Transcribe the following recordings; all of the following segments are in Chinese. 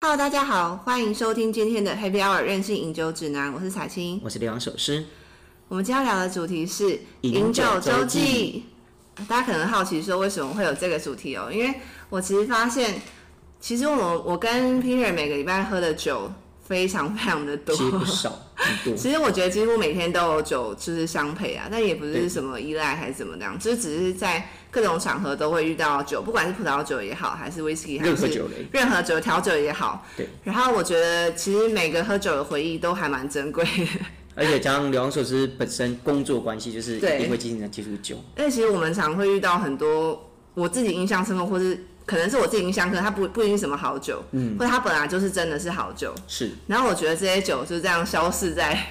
Hello，大家好，欢迎收听今天的 Happy Hour 任性饮酒指南，我是彩青。我是刘洋首诗，我们今天要聊的主题是饮酒周周记。大家可能好奇说为什么会有这个主题哦？因为我其实发现，其实我我跟 Peter 每个礼拜喝的酒非常非常的多，其实不少，很 多。其实我觉得几乎每天都有酒就是相配啊，但也不是对什么依赖还是怎么样，就是只是在各种场合都会遇到酒，不管是葡萄酒也好，还是 whisky，还任何是酒类任何酒调酒也好。对。然后我觉得其实每个喝酒的回忆都还蛮珍贵 的，而且加上刘洋首诗本身工作关系，就是一对定会经常接触酒，但其实我们常会遇到很多我自己印象深刻，或是可能是我自己印象深刻，它不不一定是什么好酒，嗯，或者它本来就是真的是好酒。是然后我觉得这些酒就这样消逝在，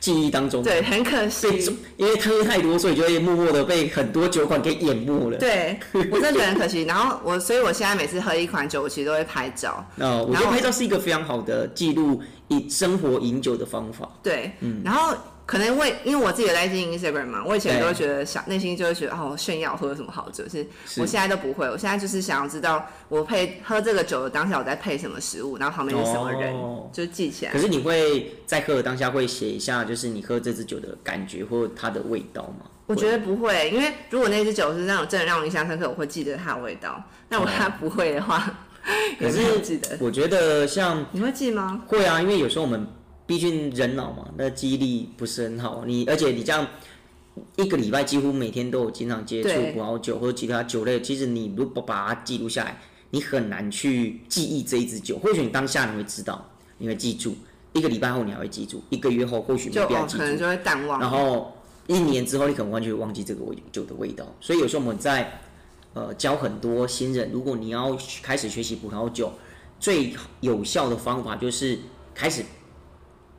记忆当中。对，很可被惜。因为喝太多，所以就会默默的被很多酒款给淹没了。对，我真的觉得很可惜。然后我，所以我现在每次喝一款酒，我其实都会拍照。那、我觉然得后拍照是一个非常好的记录以生活饮酒的方法。对，嗯然后可能为因为我自己有在经营 Instagram 嘛，我以前对都会觉得想内心就会觉得哦炫耀喝什么好酒，是是我现在都不会，我现在就是想要知道我配喝这个酒的当下我在配什么食物，然后旁边是什么人，哦就记起来可。是你会在喝的当下会写一下，就是你喝这支酒的感觉或它的味道吗？我会觉得不会，因为如果那支酒是那种真的让我印象深刻，我会记得它的味道。那我它不会的话，可也是没有记得。我觉得像你会记吗？会啊，因为有时候我们毕竟人老嘛，那记忆力不是很好。你而且你这样一个礼拜几乎每天都有经常接触对葡萄酒或者其他酒类，其实你如果把它记录下来，你很难去记忆这一支酒。或许你当下你会知道，你会记住；一个礼拜后你还会记住，一个月后或许你就不要哦，记可住。能就会淡忘。然后一年之后，你可能完全忘记这个味酒的味道。所以有时候我们在呃教很多新人，如果你要学开始学习葡萄酒，最有效的方法就是开始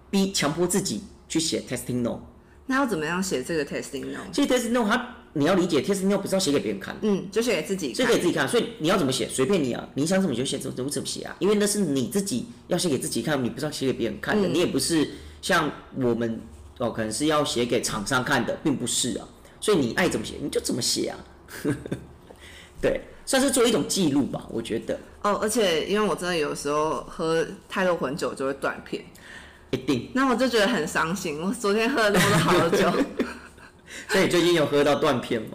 逼强迫自己去写 testing note。那要怎么样写这个 testing 呢？其实 testing note 它你要理解 testing note 不是要写给别人看。嗯，就写给自己所看以给自己看，所以你要怎么写随便你啊，你想怎么就写怎么怎么怎么写啊，因为那是你自己要写给自己看，你不是要写给别人看嗯的，你也不是像我们哦，可能是要写给厂商看的，并不是啊，所以你爱怎么写你就怎么写啊， 对，算是做一种记录吧，我觉得哦。而且因为我真的有时候喝太多混酒就会断片，一定。那我就觉得很伤心。我昨天喝了那么多好 酒，所以你最近有喝到断片吗？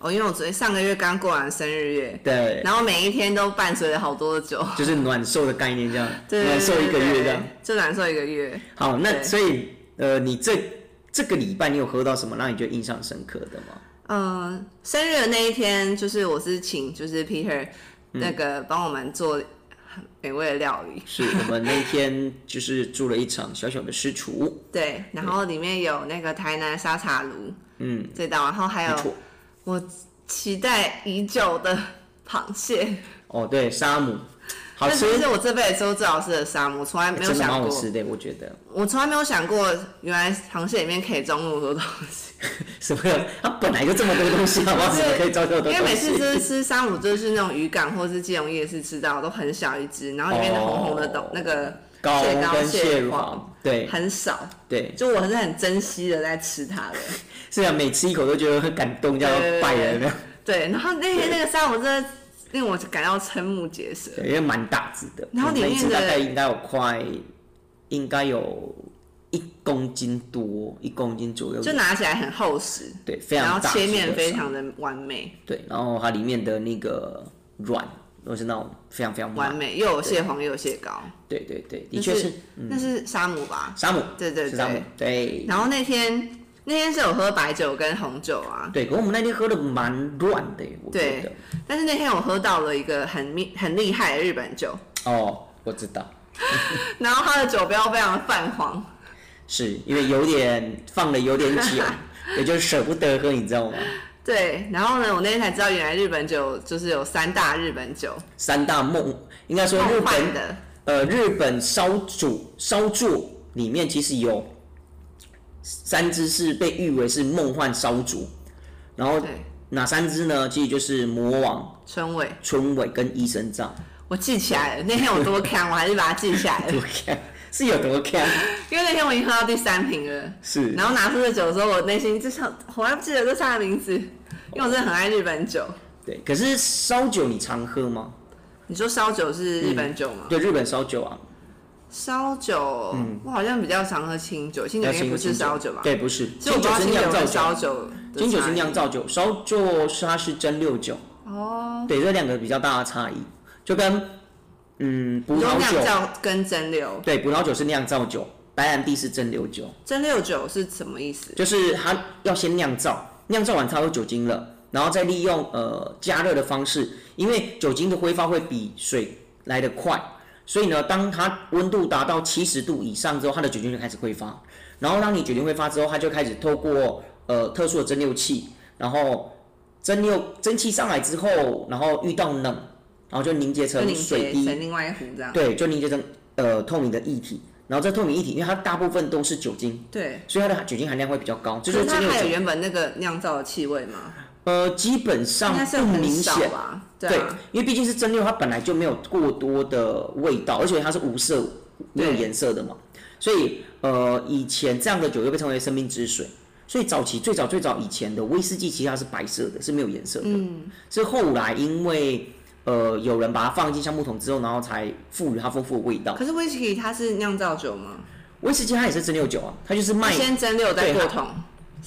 哦，因为我昨天上个月刚过完生日月，对，然后每一天都伴随着好多的酒，就是暖受的概念这样， 对，暖受一个月这对样。，就难受一个月。好，对那所以呃，你这这个礼拜你有喝到什么让你觉得印象深刻的吗？嗯，生日的那一天，就是我是请就是 Peter 嗯那个帮我们做很美味的料理，是我们那天就是做了一场小小的私厨，对，然后里面有那个台南沙茶炉，嗯，这道，然后还有没错。期待已久的螃蟹，哦，对，沙姆，好这吃，哎是我这辈子吃过最好吃的沙漠，我从来没有真的蛮想好过，吃的，我觉得。我从来没有想过，原来螃蟹里面可以装那么 多东西。什么？它本来就这么多东西，好不好？怎么可以造这么因多为东每次西？就是吃沙姆，就是那种渔港或是金融夜市吃到都很小一只，然后里面的红红的东、哦那个高蟹膏跟蟹黄黄，对很少，对，就我是很珍惜的在吃它 的。虽然每吃一口都觉得很感动，叫对对对拜人了，对，然后那天那个沙姆真的令我感到瞠目结舌。对因为蛮大只的，然后里面每次大的概应该有快，应该有一公斤多，一公斤左右，就拿起来很厚实，对，非然后常大只切的面非沙常的完美，对，然后它里面的那个软都是那种非常非常完软，美又有蟹黄又有蟹膏，对对对，的那确是是那是沙姆吧？沙姆，对对嗯是沙姆对。，对然后那天那天是有喝白酒跟红酒啊，对。可我们那天喝的蛮乱的耶，我觉对得。但是那天我喝到了一个很密很厉害的日本酒，哦，我知道，然后它的酒标非常的泛黄，是因为有点放了有点 久，也就是舍不得喝，你知道吗？对。然后呢，我那天才知道原来日本酒就是有三大日本酒，三大梦，应该说日梦本幻的，呃，日本烧煮烧作里面其实有三只是被誉为是梦幻烧煮，然后对，哪三只呢？其实就是魔王、春尾，春尾跟医生 杖。我记起来了。那天我多看，我还是把它记起来了， 多看是有多看，因为那天我已经喝到第三瓶了。是然后拿出这酒的时候，我内心就想，我还不记得这三个名字，因为我真的很爱日本酒。对。可是烧酒你常喝吗？你说烧酒是日本酒吗？对日本烧酒啊，烧酒，嗯我好像比较常喝清酒，清酒哎应该不是烧酒吧？对，不是所以我不知清酒道是清酒酿造跟烧酒，酒的清酒差是异酿造酒，烧酒是它是蒸馏酒。哦，对，这两个比较大的差异，就跟嗯葡你说萄酿酒，造跟蒸馏，对，葡萄酒是酿造酒，白兰地是蒸馏酒。蒸馏酒是什么意思？就是它要先酿造，酿造完它有酒精了，然后再利用呃加热的方式，因为酒精的挥发会比水来得快，所以呢，当它温度达到七十度以上之后，它的酒精就开始挥发，然后当你酒精挥发之后，它就开始透过呃特殊的蒸馏器，然后蒸馏蒸汽上来之后，然后遇到冷，然后就凝结就成凝水结滴，成另外一壶这样。对，就凝结成呃透明的液体。然后这透明液体，因为它大部分都是酒精，对，所以它的酒精含量会比较高，这可就是是它蒸还馏有酒。原本那个酿造的气味吗？呃，基本应上该是不很明少显，吧？对对啊，，因为毕竟是蒸馏，它本来就没有过多的味道，而且它是无色、没有对颜色的嘛，所以呃，以前这样的酒又被称为生命之水。所以早期最早最早以前的威士忌，其实它是白色的，是没有颜色的。嗯，是后来因为呃有人把它放进橡木桶之后，然后才赋予它丰富的味道。可是威士忌它是酿造酒吗？威士忌它也是蒸馏酒啊，它就是它卖先蒸馏再对过它桶，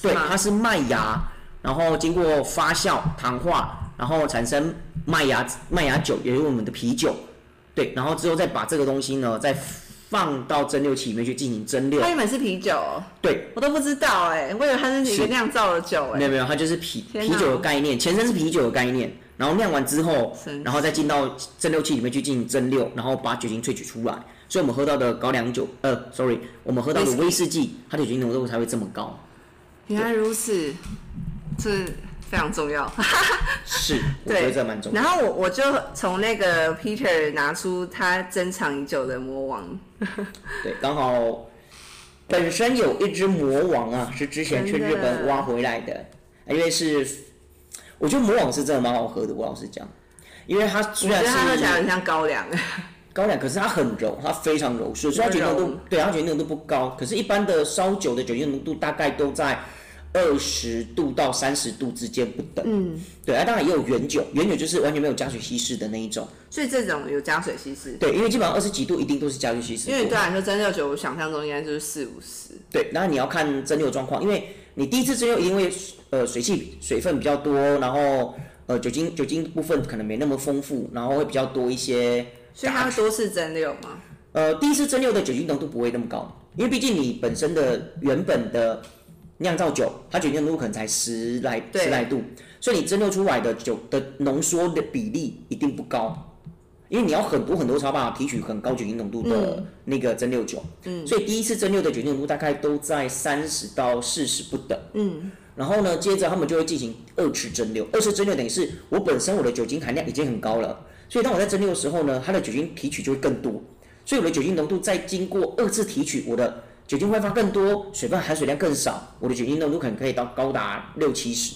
对，是吗它是麦芽，然后经过发酵、糖化，然后产生麦芽麦芽酒，也就是我们的啤酒。对，然后之后再把这个东西呢，再放到蒸馏器里面去进行蒸它馏。原本是啤酒哦，对，我都不知道哎，我以为它是一个是酿造的酒没哎。有没有，它就是啤天啤哪酒的概念，前身是啤酒的概念，然后酿完之后神奇，然后再进到蒸馏器里面去进行蒸馏，然后把酒精萃取出来。所以我们喝到的高粱酒，呃，sorry，我们喝到的威士忌，它的酒精浓度才会这么高。原来如此，这非常重要。是，我对觉得这蛮重要。然后我我就从那个 Peter 拿出他珍藏已久的魔王，对，刚好本身有一只魔王啊，是之前去日本挖回来的，因为是我觉得魔王是真的蛮好喝的，我老实讲，因为它我虽觉然得它喝起来是很像高粱， 高粱，可是它很柔，它非常柔顺，所以它酒精浓很度柔对它酒精浓度不高，可是一般的烧酒的酒精浓度大概都在。二十度到三十度之间不等，嗯，对，啊，当然也有原酒，原酒就是完全没有加水稀释的那一种，所以这种有加水稀释。对，因为基本上二十几度一定都是加水稀释因过的，为对我来说，蒸馏酒我想象中应该就是四五十，对，然后你要看蒸馏状况，因为你第一次蒸馏，因为呃水汽水分比较多，然后呃酒精酒精部分可能没那么丰富，然后会比较多一些所以它杂会多次蒸馏嘛。呃，第一次蒸馏的酒精浓度不会那么高，因为毕竟你本身的原本的酿造酒，它酒精浓度可能才十来对十来度，所以你蒸馏出来的酒的浓缩的比例一定不高，因为你要很多很多才有办法提取很高酒精浓度的那个蒸馏酒。嗯，所以第一次蒸馏的酒精浓度大概都在三十到四十不等。嗯。然后呢，接着他们就会进行二次蒸馏。二次蒸馏等于是我本身我的酒精含量已经很高了，所以当我在蒸馏的时候呢，它的酒精提取就会更多。所以我的酒精浓度再经过二次提取，我的酒精挥发更多，水分含水量更少，我的酒精浓度可能可以到高达六七十。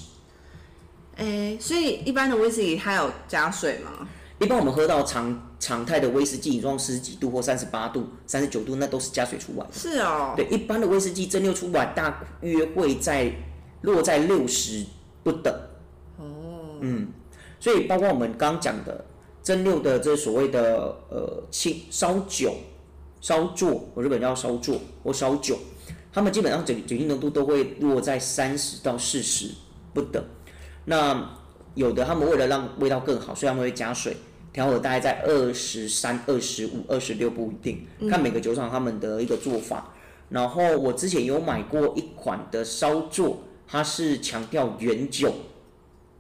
诶，所以一般的威士忌它有加水吗？一般我们喝到常常态的威士忌，你装十几度或三十八度、三十九度，那都是加水出来的。是哦，对，一般的威士忌蒸馏出来大约会在落在六十不等。哦，嗯，所以包括我们刚讲的蒸馏的这所谓的呃清烧酒、烧作，我日本叫烧作或烧酒，他们基本上酒酒精浓度都会落在三十到四十不等。那有的他们为了让味道更好，所以他们会加水。调和大概在二十三、二十五、二十六不一定，嗯看每个酒厂他们的一个做法。然后我之前有买过一款的烧作，它是强调原酒，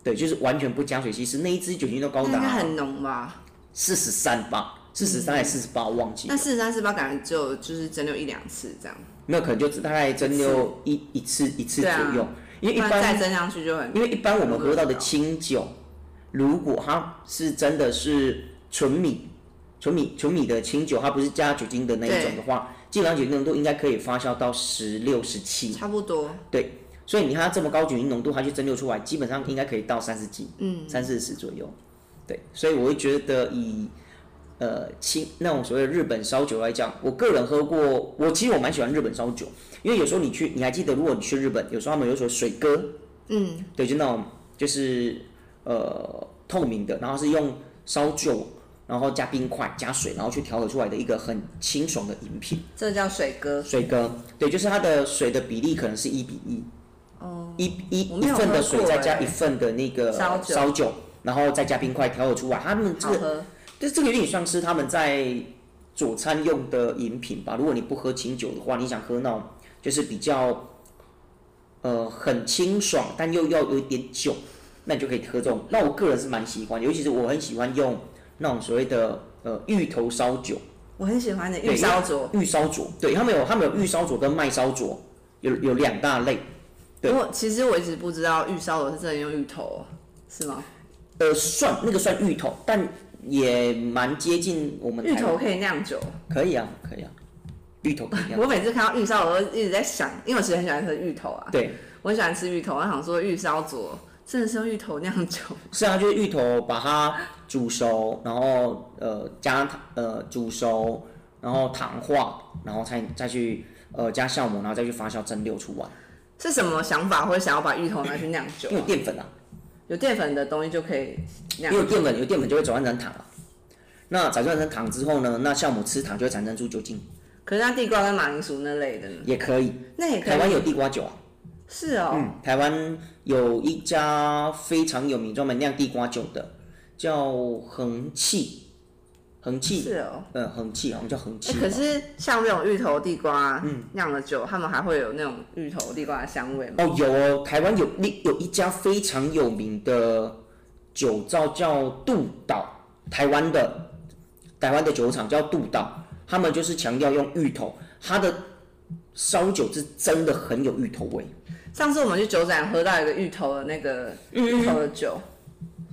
对，就是完全不加水稀释，那一支酒精都那高应该达很浓吧？四十三吧，四十三还是四十八，我忘记了那。四十三、四八感觉只有就是蒸馏一两次这样，那可能就只大概蒸馏一一次一次对左啊右，因为一不然再般蒸上去就很因为一般我们喝到的清酒，如果它是真的是纯米、纯米、纯米的清酒，它不是加酒精的那一种的话，基本上酒精浓度应该可以发酵到十六、十七差不多。所以你看它这么高酒精浓度，它去蒸馏出来，基本上应该可以到三十几，嗯，三四十左右。对，所以我会觉得以呃清那种所谓的日本烧酒来讲，我个人喝过，我其实我蛮喜欢日本烧酒，因为有时候你去，你还记得，如果你去日本，有时候他们有所谓水哥，嗯，对，就那种就是呃透明的，然后是用烧酒然后加冰块、加水，然后去调和出来的一个很清爽的饮品。这叫水哥。水哥，对，就是它的水的比例可能是一比一，哦，一一我没一有份的喝水过再欸加一份的那个烧酒烧酒，然后再加冰块调和出来。他们这好个，喝，但是这个有点像是他们在佐餐用的饮品吧。如果你不喝清酒的话，你想喝那种就是比较呃很清爽，但又要有一点酒，那你就可以喝这种。那我个人是蛮喜欢，尤其是我很喜欢用那种所谓的呃芋头烧酒。我很喜欢的对玉烧灼。玉烧灼，对他们有他们有玉烧灼跟麦烧灼，有有两大类。对我其实我一直不知道玉烧灼是真的用芋头，是吗？呃，算那个算芋头，但也蛮接近我们芋台湾头可以酿酒。可以啊，可以啊，芋头可 以啊。我每次看到玉烧，我都一直在想，因为我其实很喜欢喝芋头啊，对，我很喜欢吃芋头，我想说玉烧灼真的是用芋头酿酒，是啊，就是芋头把它煮熟，然后呃加糖呃煮熟，然后糖化，然后再再去呃加酵母，然后再去发酵蒸馏出来，是什么想法会想要把芋头拿去酿酒因为？有淀粉啊。有淀粉的东西就可以酿因为有淀粉，有淀粉就会转换成糖啊。那转换成糖之后呢，那酵母吃糖就会产生出酒精，可是像地瓜跟马铃薯那类的呢，也可以。那也可台以。湾有地瓜酒啊，是哦，嗯，台湾有一家非常有名专门酿地瓜酒的，叫恒气，恒气，是哦。呃，恒气好像叫恒哎、气吧、可是像这种芋头地瓜嗯酿了酒，他们还会有那种芋头地瓜的香味吗？哦，有哦，台湾有另有一家非常有名的酒造叫杜岛，台湾的台湾的酒厂叫杜岛，他们就是强调用芋头，它的烧酒是真的很有芋头味。上次我们去酒展喝到一个芋头的那个嗯芋头的酒，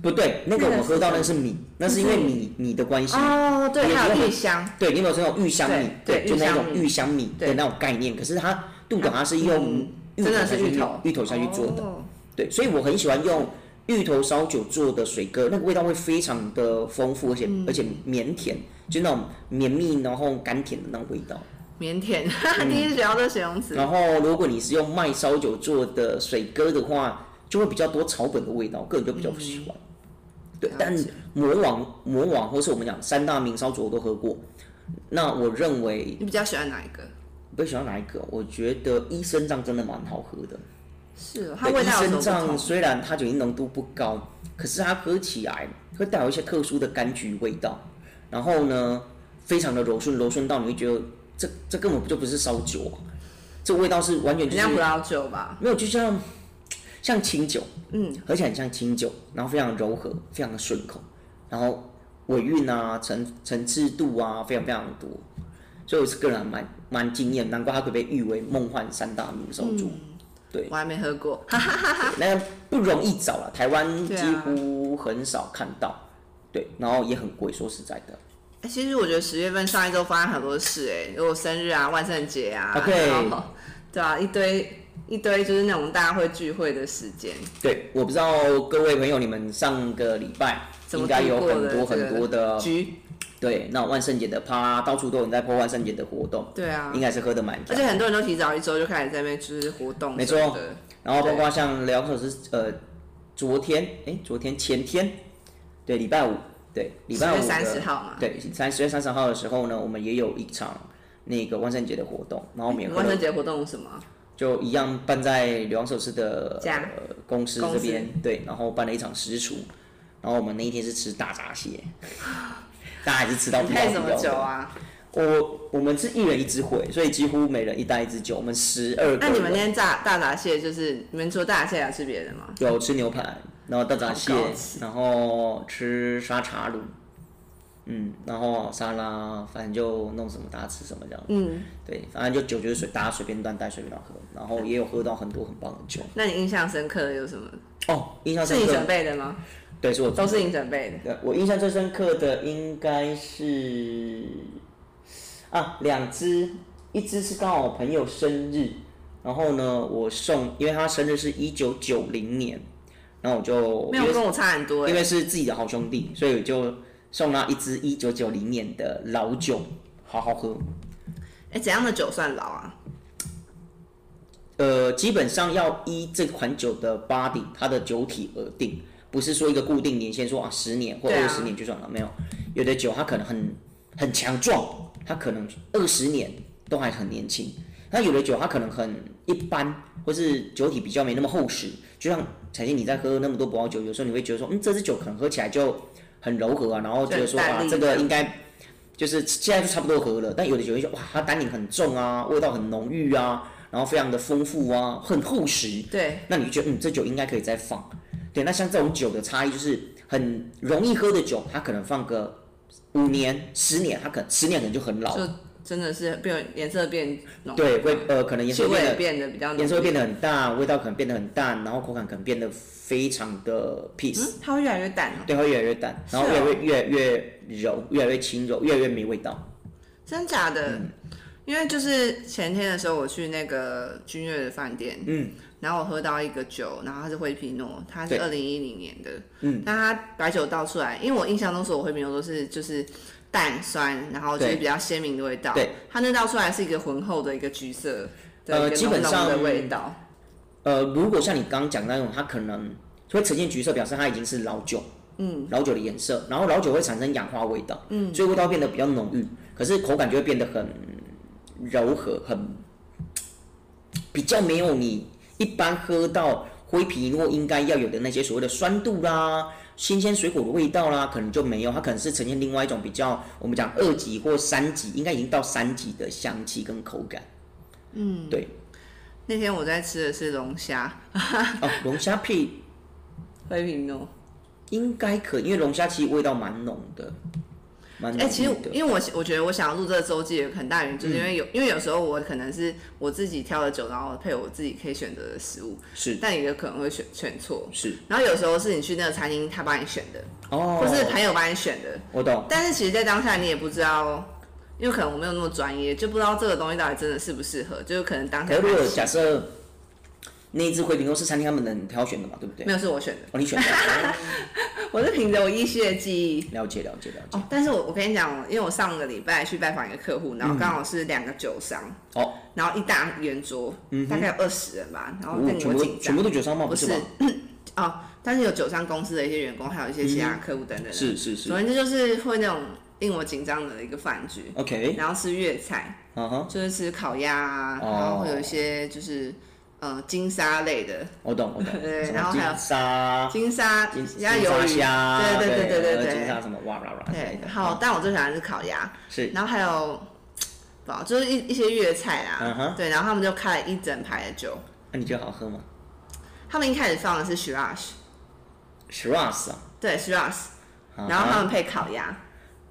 不对，那个我那个们喝到是那是米，那是因为米米的关系。哦，对，也还是有很芋香，对，你有没有这种芋香米？对对就芋那种香米芋香米的对嗯那种概念。可是它杜岛它是用芋头真的下是去芋头，芋头下去做的。哦对，所以我很喜欢用芋头烧酒做的水哥，那个味道会非常的丰富，而且、嗯而且绵甜，就那种绵密然后甘甜的那种味道。腼腆，嗯第一次学到这形容词。然后如果你是用麦烧酒做的水哥的话，就会比较多草本的味道，个人就比较不喜欢。对嗯了，但解魔王魔王或是我们讲三大名烧酒我都喝过，那我认为你比较喜欢哪一个？我不喜欢哪一个，我觉得医生杖真的蛮好喝的。是哦，它对，味益道有生什么不杖同？虽然它酒精浓度不高，可是它喝起来会带有一些特殊的柑橘味道，然后呢，非常的柔顺，柔顺到你会觉得这这根本就不是烧酒啊，这味道是完全很就像是葡萄酒吧？没有，就像像清酒，嗯，而且很像清酒，然后非常柔和，非常的顺口，然后尾韵啊、层层次度啊，非常非常多，所以我是个人还蛮蛮惊艳，难怪它可以被誉为梦幻三大名烧酒。嗯对我还没喝过，那不容易找了，台湾啊对几啊乎很少看到，对，然后也很贵，说实在的，欸其实我觉得十月份上一周发生很多事、欸，哎，有我生日啊、万圣节啊，啊对然后对啊，一堆一堆就是那种大家会聚会的时间，对，我不知道各位朋友你们上个礼拜怎么应该有很度过的这多个很多的，局，对，那种万圣节的趴，到处都有人在破万圣节的活动，对啊应，该是喝的蛮而开且很多人都提早一周就开始在那边就是活动，没错的，然后包括像聊手是呃，昨天哎，昨天前天，对，礼拜五，对，礼拜五10的月30号啊嘛对，三十月三十号的时候呢，我们也有一场那个万圣节的活动，然后我们也喝嗯万了圣节活动有什么？就一样办在刘洋首饰的、家呃、公司公这司边，对，然后办了一场私厨，然后我们那一天是吃大闸蟹， 大家还是吃到你不配要什不么要酒的。啊？我我们是一人一支会，所以几乎每人一单一支酒，我们十二个那你们那人天炸大闸蟹就是你们除了大闸蟹还吃别的吗？有吃牛排，然后大闸蟹好高级，然后吃沙茶卤，嗯，然后沙拉，反正就弄什么大家吃什么这样，嗯，对，反正就酒就是随大家随便乱带随便乱喝，然后也有喝到很多很棒的酒。那你印象深刻的有什么？哦，印象是深你刻，准备的吗？对，是我都是你准备的。对，我印象最深刻的应该是啊，两只，一只是刚好我朋友生日，然后呢，我送，因为他生日是一九九零年，然后我就没因有为跟我差很多、欸，因为是自己的好兄弟，所以我就送他一支一九九零年的老酒，好好喝。哎、怎样的酒算老啊？呃，基本上要依这款酒的呃 body 它的酒体而定，不是说一个固定年限，说啊十年或对啊二十年就算了，没有，有的酒它可能很很强壮，它可能二十年都还很年轻；那有的酒它可能很一般，或是酒体比较没那么厚实。就像彩金你在喝那么多葡萄酒，有时候你会觉得说，嗯，这支酒可能喝起来就很柔和啊，然后觉得说就很淡啊丽，这个应该就是现在就差不多喝了。但有的酒会说，哇，它单宁很重啊，味道很浓郁啊，然后非常的丰富啊，很厚实。对，那你就觉得嗯，这酒应该可以再放。对，那像这种酒的差异就是很容易喝的酒，它可能放个五年、十年，它可能十年可能就很老了，就真的是变颜色变浓，对，会呃可能颜气色味变也得变得比较浓，颜色会变得很淡，味道可能变得很淡，然后口感可能变得非常的 peace，、嗯，它会越来越淡哦，对，会越来越淡，然后是越哦来越越来越柔，越来越轻柔，越来越没味道。真假的？嗯因为就是前天的时候，我去那个君悦的饭店，嗯，然后我喝到一个酒，然后它是灰皮诺，它是对二零一零年的，嗯，但它白酒倒出来，因为我印象中所有灰皮诺都是就是淡酸，然后就是对比较鲜明的味道，对，它那倒出来是一个浑厚的一个橘色的呃一个基本浓浓上的味道，呃，如果像你刚刚讲的那种，它可能会呈现橘色，表示它已经是老酒，嗯，老酒的颜色，然后老酒会产生氧化味道，嗯，所以味道变得比较浓郁，可是口感就会变得很柔和，很比较没有你一般喝到灰皮诺应该要有的那些所谓的酸度啦、新鲜水果的味道啦，可能就没有，它可能是呈现另外一种比较我们讲二级或三级，应该已经到三级的香气跟口感。嗯，对，那天我在吃的是龙虾哦，龙虾配灰皮诺，应该可以，因为龙虾其实味道蛮浓的，蛮哎、浓郁的。其实因为我我觉得我想要录这个周记有个很大原因，就是因为有、因为有时候我可能是我自己挑的酒，然后配我自己可以选择的食物，是但也有可能会选选错。是然后有时候是你去那个餐厅，他帮你选的，哦，或是朋友帮你选的，我懂，但是其实，在当下你也不知道，因为可能我没有那么专业，就不知道这个东西到底真的适不适合，就是可能当可下是如果假设那一只灰瓶肉是餐厅他们能挑选的嘛，对不对没？有是我选的，哦，你选的， 我是凭着我依稀的记忆了解了解了解。哦，但是我我跟你讲，因为我上个礼拜去拜访一个客户，然后刚好是两个酒商，哦，嗯然后一大圆桌，大概有二十人吧，然后哦那个全我部紧都全张部都酒商吗？不是是吧？哦，但是有酒商公司的一些员工，还有一些其他客户等等的，嗯是是是总而言之就是会那种令我紧张的一个饭局， ，OK，然后吃粤菜，啊哈，就是吃烤鸭啊，哦然后会有一些就是呃金沙类的，我懂我懂。 对什么然后还有金沙金沙啊金鸭金鱿沙鱼，虾，对对对对对呃对金沙什么哇啦啦之类对，的。好，嗯，但我最喜欢的是烤鸭，是然后还有，不好，就是一一些粤菜啦嗯哼对，然后他们就开了一整排的酒，那你觉得好喝吗他们一开始放的是 Shiraz， ？Shiraz 啊，对 Shiraz，啊然后他哈们配烤鸭，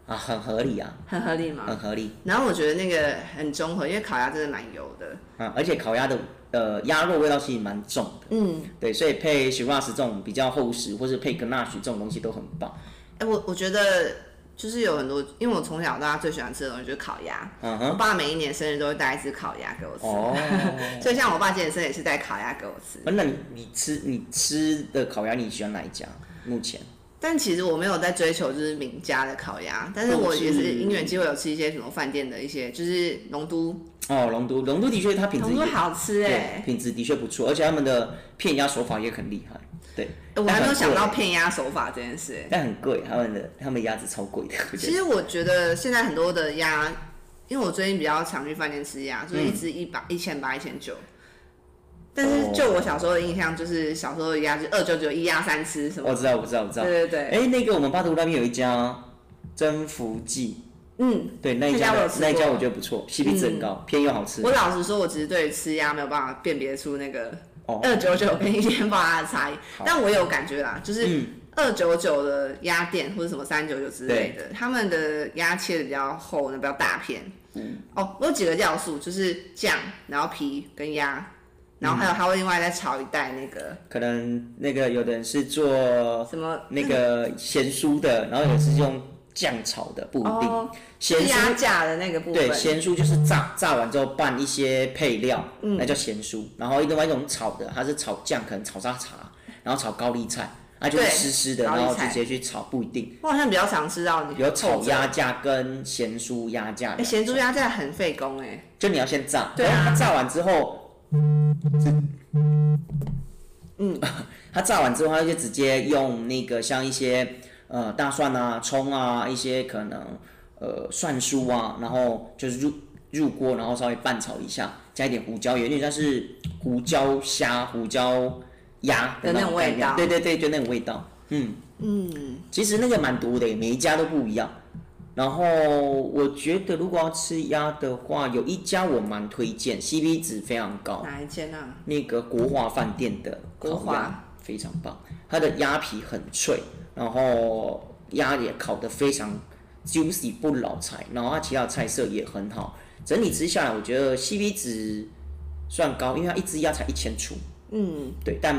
啊很合理啊，很合理嘛。很合理。然后我觉得那个很中和，因为烤鸭真的蛮油的，啊，而且烤鸭的呃鸭肉味道其实蛮重的，嗯，对，所以配 Shiraz 这种比较厚实，或是配 Ganache 这种东西都很棒。哎，我我觉得就是有很多，因为我从小到大最喜欢吃的东西就是烤鸭，嗯我哼，爸每一年生日都会带一只烤鸭给我吃，哦，所以像我爸今年生日也是带烤鸭给我吃，啊那你你吃你吃的烤鸭，你喜欢哪一家？目前但其实我没有在追求就是名家的烤鸭，但是或者我也是哦是因缘机会有吃一些什么饭店的一些，就是龙都，哦，龙都龙都的确它品质龙都也好吃哎、对品质的确不错，而且他们的片鸭手法也很厉害，对，欸我还没有想到但很贵片鸭手法这件事、欸。但很贵，他们的他们鸭子超贵的，我觉其得实我觉得现在很多的鸭，因为我最近比较常去饭店吃鸭，所嗯以一只一百、一千八、一千九。但哦是就我小时候的印象，就是小时候的鸭是二九九一鸭三吃什我么，知道我哦知道我知道，对对对，哎，那个我们巴图那边有一家增福记，嗯。对那一那家家我的有吃那一家过嗯我觉得不错，CP 值很高，片又好吃我。老实说，我只是对吃鸭没有办法辨别出那个哦二九九跟一千八的差异好，嗯但我有感觉啦，就是二九九的鸭店或者什么三九九之类的，他们的鸭切的比较厚，那比较大片。嗯，哦，我有几个要素，就是酱，然后皮跟鸭，然嗯后还有他会另外再炒一袋那个可能那个有的人是做什么哦那嗯个咸酥的，然后有的是用酱炒的，不一定。哦，咸是鸭酥架的那个部分对，咸酥就是炸炸完之后拌一些配料，嗯那叫咸酥。然后另外一种炒的，它是炒酱，可能炒沙茶，然后炒高丽菜，它就是对湿湿的，高丽然后菜直接去炒，不一定我好像比较常吃到你有炒，鸭架跟咸酥鸭架。哎，咸猪，鸭架很费工哎、就你要先炸，对啊然后它炸完之后。 嗯，它炸完之后，它就直接用那个像一些呃大蒜啊、葱啊，一些可能呃蒜酥啊，然后就是入入锅，然后稍微拌炒一下，加一点胡椒，有点像是胡椒虾、胡椒鸭的的那种概念味道对对对，就那种味道。嗯嗯，其实那个蛮毒的，每一家都不一样。然后我觉得如果要吃鸭的话，有一家我蛮推荐，CP 值非常高。哪一间啊？那个国华饭店的国烤华鸭非常棒，它的鸭皮很脆，然后鸭也烤得非常 juicy 不老柴，然后它其他的菜色也很好。整体吃下来，我觉得 CP 值算高，因为它一只鸭才一千出，嗯，对，但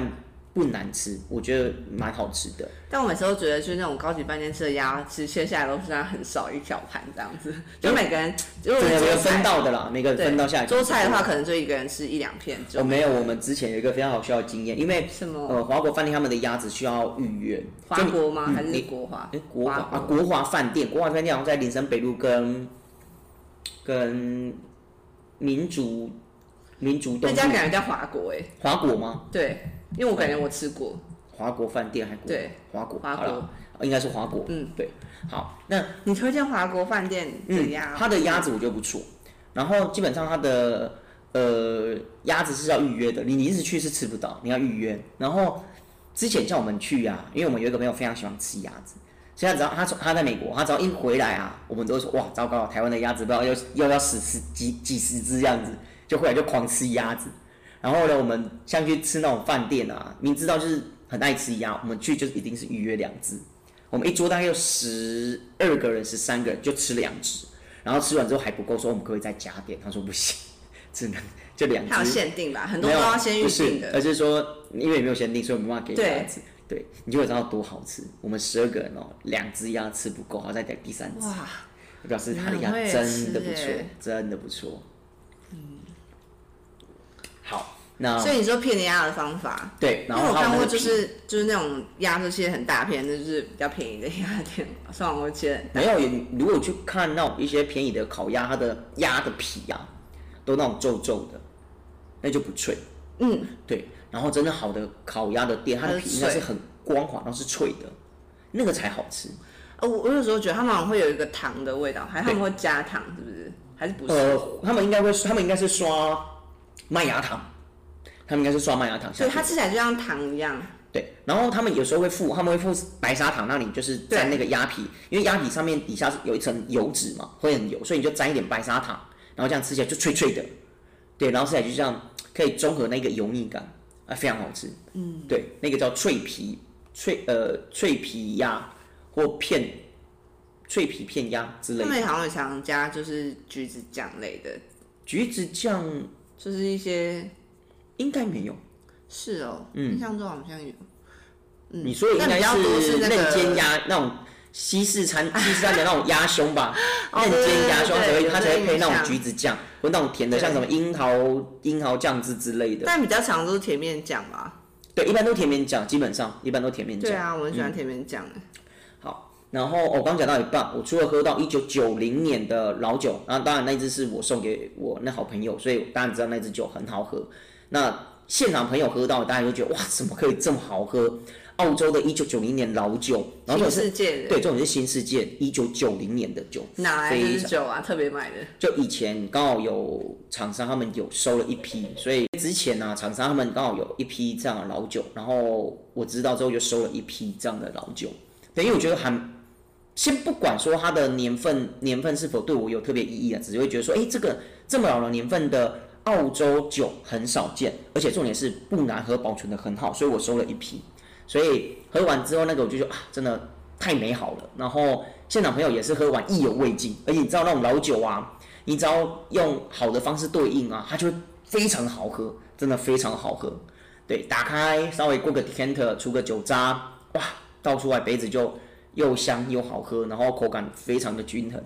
不难吃，我觉得蛮好吃的。但我每次都觉得，就是那种高级饭店吃的鸭，其实切下来都是那样很少一小盘这样子，就每个人如果对，是每桌个分菜，到的啦，每个人对分到下来。桌菜的话，，可能就一个人吃一两片我、就哦、没有，我们之前有一个非常好笑的经验，因为什么呃华国饭店他们的鸭子需要预约，华就你国吗？嗯还是你国华哎，？国华华啊，国华饭店，国华饭店好像在林森北路跟跟民族民族东那路家感觉叫华国哎、华国吗？对，因为我感觉我吃过，华国饭店还国对华国华好了国，应该是华国。嗯，对。好，那你推荐华国饭店的嗯鸭，，它的鸭子我觉得不错，然后基本上它的呃鸭子是要预约的，你你一直去是吃不到，你要预约。然后之前像我们去啊，因为我们有一个朋友非常喜欢吃鸭子，所以他只要他从他在美国，他只要一回来啊，我们都会说哇糟糕，台湾的鸭子不知道又又要死十几几十只这样子，就回来就狂吃鸭子。然后呢，我们像去吃那种饭店啊，明知道就是很爱吃鸭，我们去就是一定是预约两只。我们一桌大概有十二个人、十三个人，就吃两只，然后吃完之后还不够，说我们可不可以再加点？他说不行，只能就两它有只。限定吧？很多没都有，啊要先预不是定的。而是说因为没有限定，所以没办法给你对鸭子。对，你就会知道多好吃。我们十二个人哦，两只鸭吃不够，好再点第三只，哇，表示他的你鸭很会真的不吃错欸，真的不错。嗯，好，那所以你说骗鸭的方法，对，因嗯然为后我他看们过的就皮是就是那种鸭这些很大片，就是比较便宜的鸭店，虽然我觉得没有，你如果去看那种一些便宜的烤鸭，它的鸭的皮呀、都那种皱皱的，那就不脆。嗯，对。然后真的好的烤鸭的店，它的它是皮应该是脆很光滑，然后是脆的，那个才好吃。呃，我我有时候觉得他们好像会有一个糖的味道，还是他们会加糖，是不是？还是不是？呃，他们应该会，他们应该是刷麦芽糖，他们应该是刷麦芽糖下所以去。它吃起来就像糖一样，对，然后他们有时候会附，他们会附白砂糖，让你就是沾那个鸭皮，因为鸭皮上面底下是有一层油脂嘛，会很油，所以你就沾一点白砂糖，然后这样吃起来就脆脆的，对，然后吃起来就这样可以中和那个油腻感，啊，非常好吃。嗯，对，那个叫脆皮脆呃脆皮鸭或片脆皮片鸭之类他的，们好像也常加就是橘子酱类的，橘子酱就是一些应该没有，是哦，嗯印象中好像有。嗯你说的应该那比较多是是那个嫩煎鸭那种西式餐、西式餐的那种鸭胸吧， 哦嫩煎鸭胸才对对会对它才会配那有这个印种象橘子酱或那种甜的，对像什么樱桃樱桃酱汁之类的。但比较常都是甜面酱吧？对，一般都甜面酱，基本上一般都甜面对酱。嗯啊，我很喜欢甜面酱。然后哦我刚讲到一半，我除了喝到一九九零年的老酒，然后当然那支是我送给我那好朋友，所以我当然知道那支酒很好喝。那现场朋友喝到，大家就觉得哇，怎么可以这么好喝？澳洲的一九九零年老酒，然后新也是世界的对，这种是新世界一九九零年的酒，哪来的非常酒啊？特别买的，就以前刚好有厂商他们有收了一批，所以之前啊，厂商他们刚好有一批这样的老酒，然后我知道之后就收了一批这样的老酒，对，因为我觉得还先不管说它的年份年份是否对我有特别意义啊，只是会觉得说，哎，这个这么老的年份的澳洲酒很少见，而且重点是不难喝，保存的很好，所以我收了一批，所以喝完之后那个我就觉得啊，真的太美好了，然后现场朋友也是喝完意犹未尽，而且你知道那种老酒啊。你只要用好的方式对应啊，它就会非常好喝，真的非常好喝。对，打开稍微过个 decanter，出个酒渣，哇，倒出来杯子就又香又好喝，然后口感非常的均衡。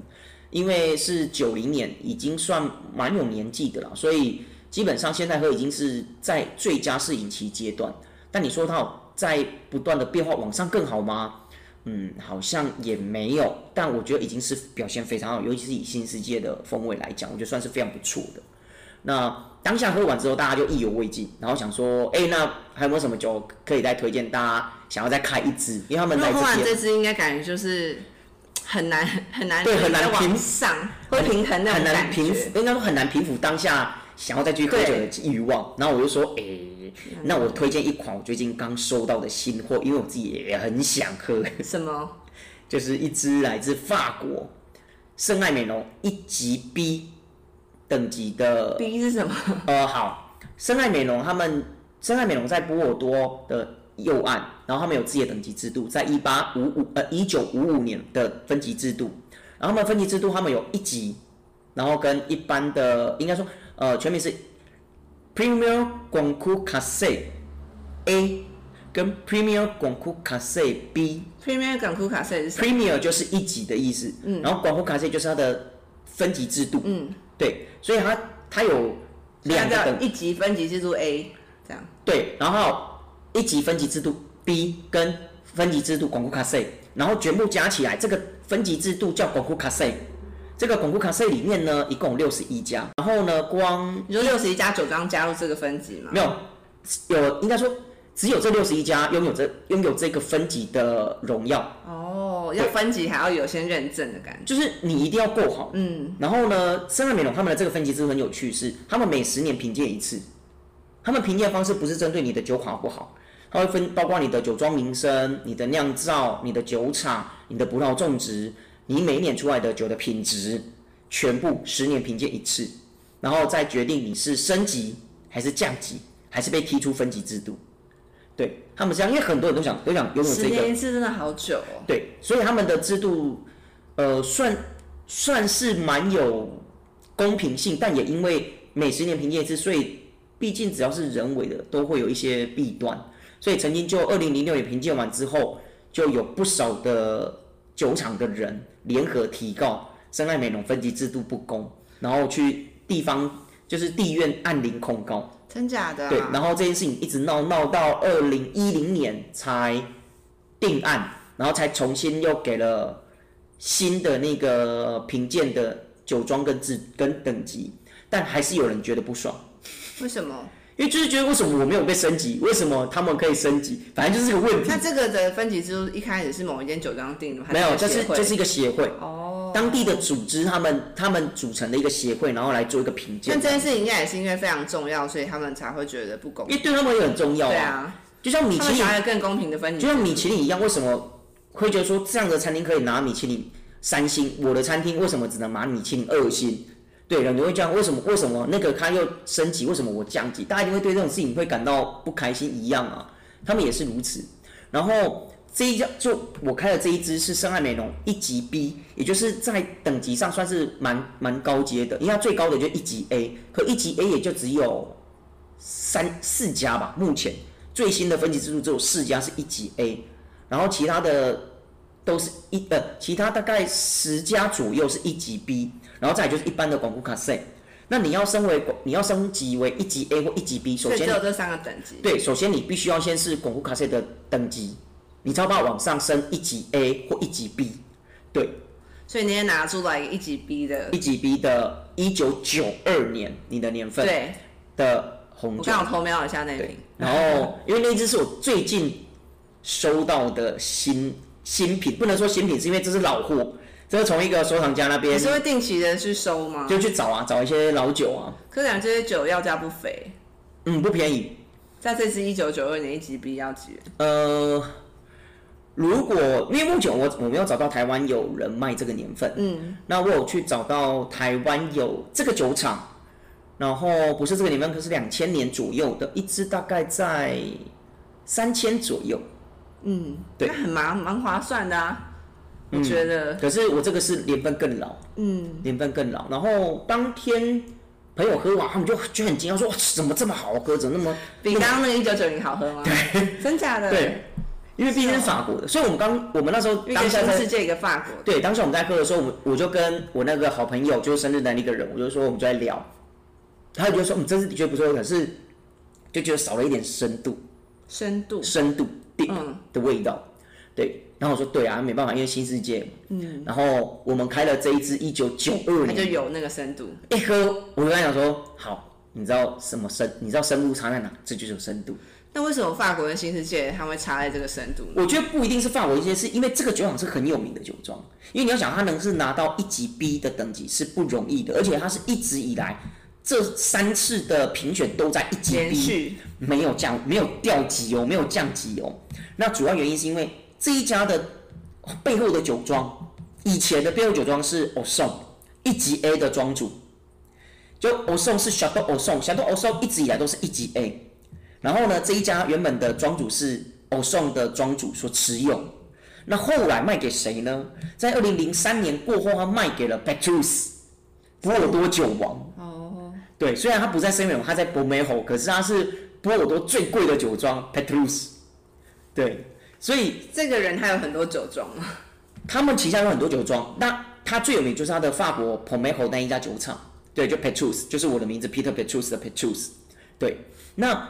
因为是九零年，已经算蛮有年纪的了，所以基本上现在喝已经是在最佳适饮期阶段。但你说它有在不断的变化往上更好吗？嗯，好像也没有，但我觉得已经是表现非常好，尤其是以新世界的风味来讲，我觉得算是非常不错的。那当下喝完之后，大家就意犹未尽，然后想说，哎、那还有没有什么酒可以再推荐大家想要再开一支？因为他们如来果喝完这这边支，应该感觉就是很难很难对很难再往平上，会平衡那很种难感平觉。复，应该说很难平复当下想要再继续喝酒的欲望。然后我就说，哎、嗯那我推荐一款我最近刚收到的新货，因为我自己也很想喝， 什么？就是一支来自法国圣爱美容一级 B 等级的 B 是什么？呃，好，深爱美容他们深爱美容在波尔多的右岸，然后他们有自己的等级制度，在一八五五呃一九五五年的分级制度，然后他们分级制度他们有一级，然后跟一般的应该说呃全名是 Premier g o n c u c a s e A 跟 Premier g o n c u c a s e B。 Premier 港库卡塞是什么？ Premier 就是一级的意思，然后广福卡塞就是它的分级制度，嗯，对，所以它它有两两个等个一级分级制度 A 这样。对，然后一级分级制度 B 跟分级制度广固卡塞，然后全部加起来，这个分级制度叫广固卡塞。这个广固卡塞里面呢，一共六十一家，然后呢，光你说六十一加九张加入这个分级吗？嗯没有有应该说只有这六十一家拥有这拥有这个分级的荣耀，哦，要对分级还要有先认证的感觉。就是你一定要够好。嗯，然后呢，深爱美容他们的这个分级制度很有趣是，他们每十年评鉴一次，他们评鉴的方式不是针对你的酒款好不好，它会分包括你的酒庄名声、你的酿造、你的酒厂、你的葡萄种植、你每一年出来的酒的品质，全部十年评鉴一次，然后再决定你是升级还是降级，还是被踢出分级制度。对他们是这样，因为很多人都想都想拥有十这个年一次真的好久哦。对，所以他们的制度，呃，算算是蛮有公平性，但也因为每十年评鉴一次，所以毕竟只要是人为的，都会有一些弊端。所以曾经就二零零六年评鉴完之后，就有不少的酒厂的人联合提告深爱美容分级制度不公，然后去地方就是地院按铃控告。真假的、啊？对，然后这件事情一直闹闹到二零一零年才定案，然后才重新又给了新的那个评鉴的酒庄跟制跟等级，但还是有人觉得不爽，为什么？因为就是觉得为什么我没有被升级，为什么他们可以升级，反正就是个问题那。这个的分级制度一开始是某一间酒庄定的吗？没有，还就是是协会就是一个协会，哦。当地的组织他们他们组成的一个协会，然后来做一个评那鉴这，件事情应该也是因为非常重要，所以他们才会觉得不公因平。为对他们也很重要对啊。啊，就像米他其们林想要更公平的分级制就度，像米其林一样，为什么会觉得说这样的餐厅可以拿米其林三星，我的餐厅为什么只能拿米其林二星？对，人就会这样，为什么？为什么那个他又升级，为什么我降级？大家一定会对这种事情会感到不开心一样啊，他们也是如此。然后这一家就我开的这一支是深爱美容一级 B，也就是在等级上算是蛮蛮高阶的，因为它最高的就一级 A，可一级 A 也就只有三四家吧，目前最新的分级制度只有四家是一级 A，然后其他的都是一呃，其他大概十家左右是一级 B，然后再来就是一般的广固卡塞。那你要升为你要升级为一级 A 或一级 B，首所以先只你有这三个等级。对，首先你必须要先是巩固卡塞的等级，你才要把往上升一级 A 或一级 B。对，所以你也拿出来一级 B 的，一级 B 的一九九二年你的年份对的红我酒刚，好偷瞄了一下那瓶，然后因为那一只是我最近收到的新新品，不能说新品，是因为这是老货，这是从一个收藏家那你边是会定期的去收吗？就去找啊，找一些老酒啊，可讲这些酒要价不菲，嗯，不便宜，在这支一九九二年一级 B 要几元？呃，如果因为目前我我没有找到台湾有人卖这个年份，嗯，那我有去找到台湾有这个酒厂，然后不是这个年份，可是两千年左右的，一支大概在三千左右。对嗯那很蛮蛮划算的啊，我觉得。可是我这个是年份更老，嗯，年份更老。然后当天朋友喝完，他们就就很惊讶说：“哇，怎么这么好喝？怎么那么比刚刚那个一九九零好喝吗？真假的？，对？”因为毕竟是法国的，嗯所以我们刚我们那时候一当个下新在世界，一个法国。对，当时我们在喝的时候，我们我就跟我那个好朋友，就是生日的那个人，我就说我们就在聊，他就说嗯，这是的确不错，可是就觉得少了一点深度，深度，深度 deep 嗯的味道。对，然后我说对啊，没办法，因为新世界。嗯。然后我们开了这一支一九九二它就年，有那个深度。一喝我就在想说，好，你知道什么深？你知道深度差在哪？这就是有深度。那为什么法国跟新世界它会差在这个深度呢？我觉得不一定是法国一些，是因为这个酒厂是很有名的酒庄，因为你要想它能是拿到一级 B 的等级是不容易的，而且它是一直以来这三次的评选都在一级 B，连续没有降，没有掉级哦，没有降级哦。那主要原因是因为这一家的背后的酒庄，以前的背后酒庄是 o s o n 一级 A 的庄主，就 o s o n 是 Chateau o s o n c h a t e a u o s o n 一直以来都是一级 A。然后呢，这一家原本的庄主是 o s o n 的庄主所持有，那后来卖给谁呢？在二零零三年过后，他卖给了 Petrus，波尔多酒王。哦，对，虽然它不在森美龙，它在博美吼，可是它是波尔多最贵的酒庄 Petrus。对，所以这个人他有很多啊酒庄嘛，他们旗下有很多酒庄，那它最有名就是它的法国 p o m e h o 那一家酒厂，对，就 Petrus，就是我的名字 Peter Petrus 的 Petrus。对，那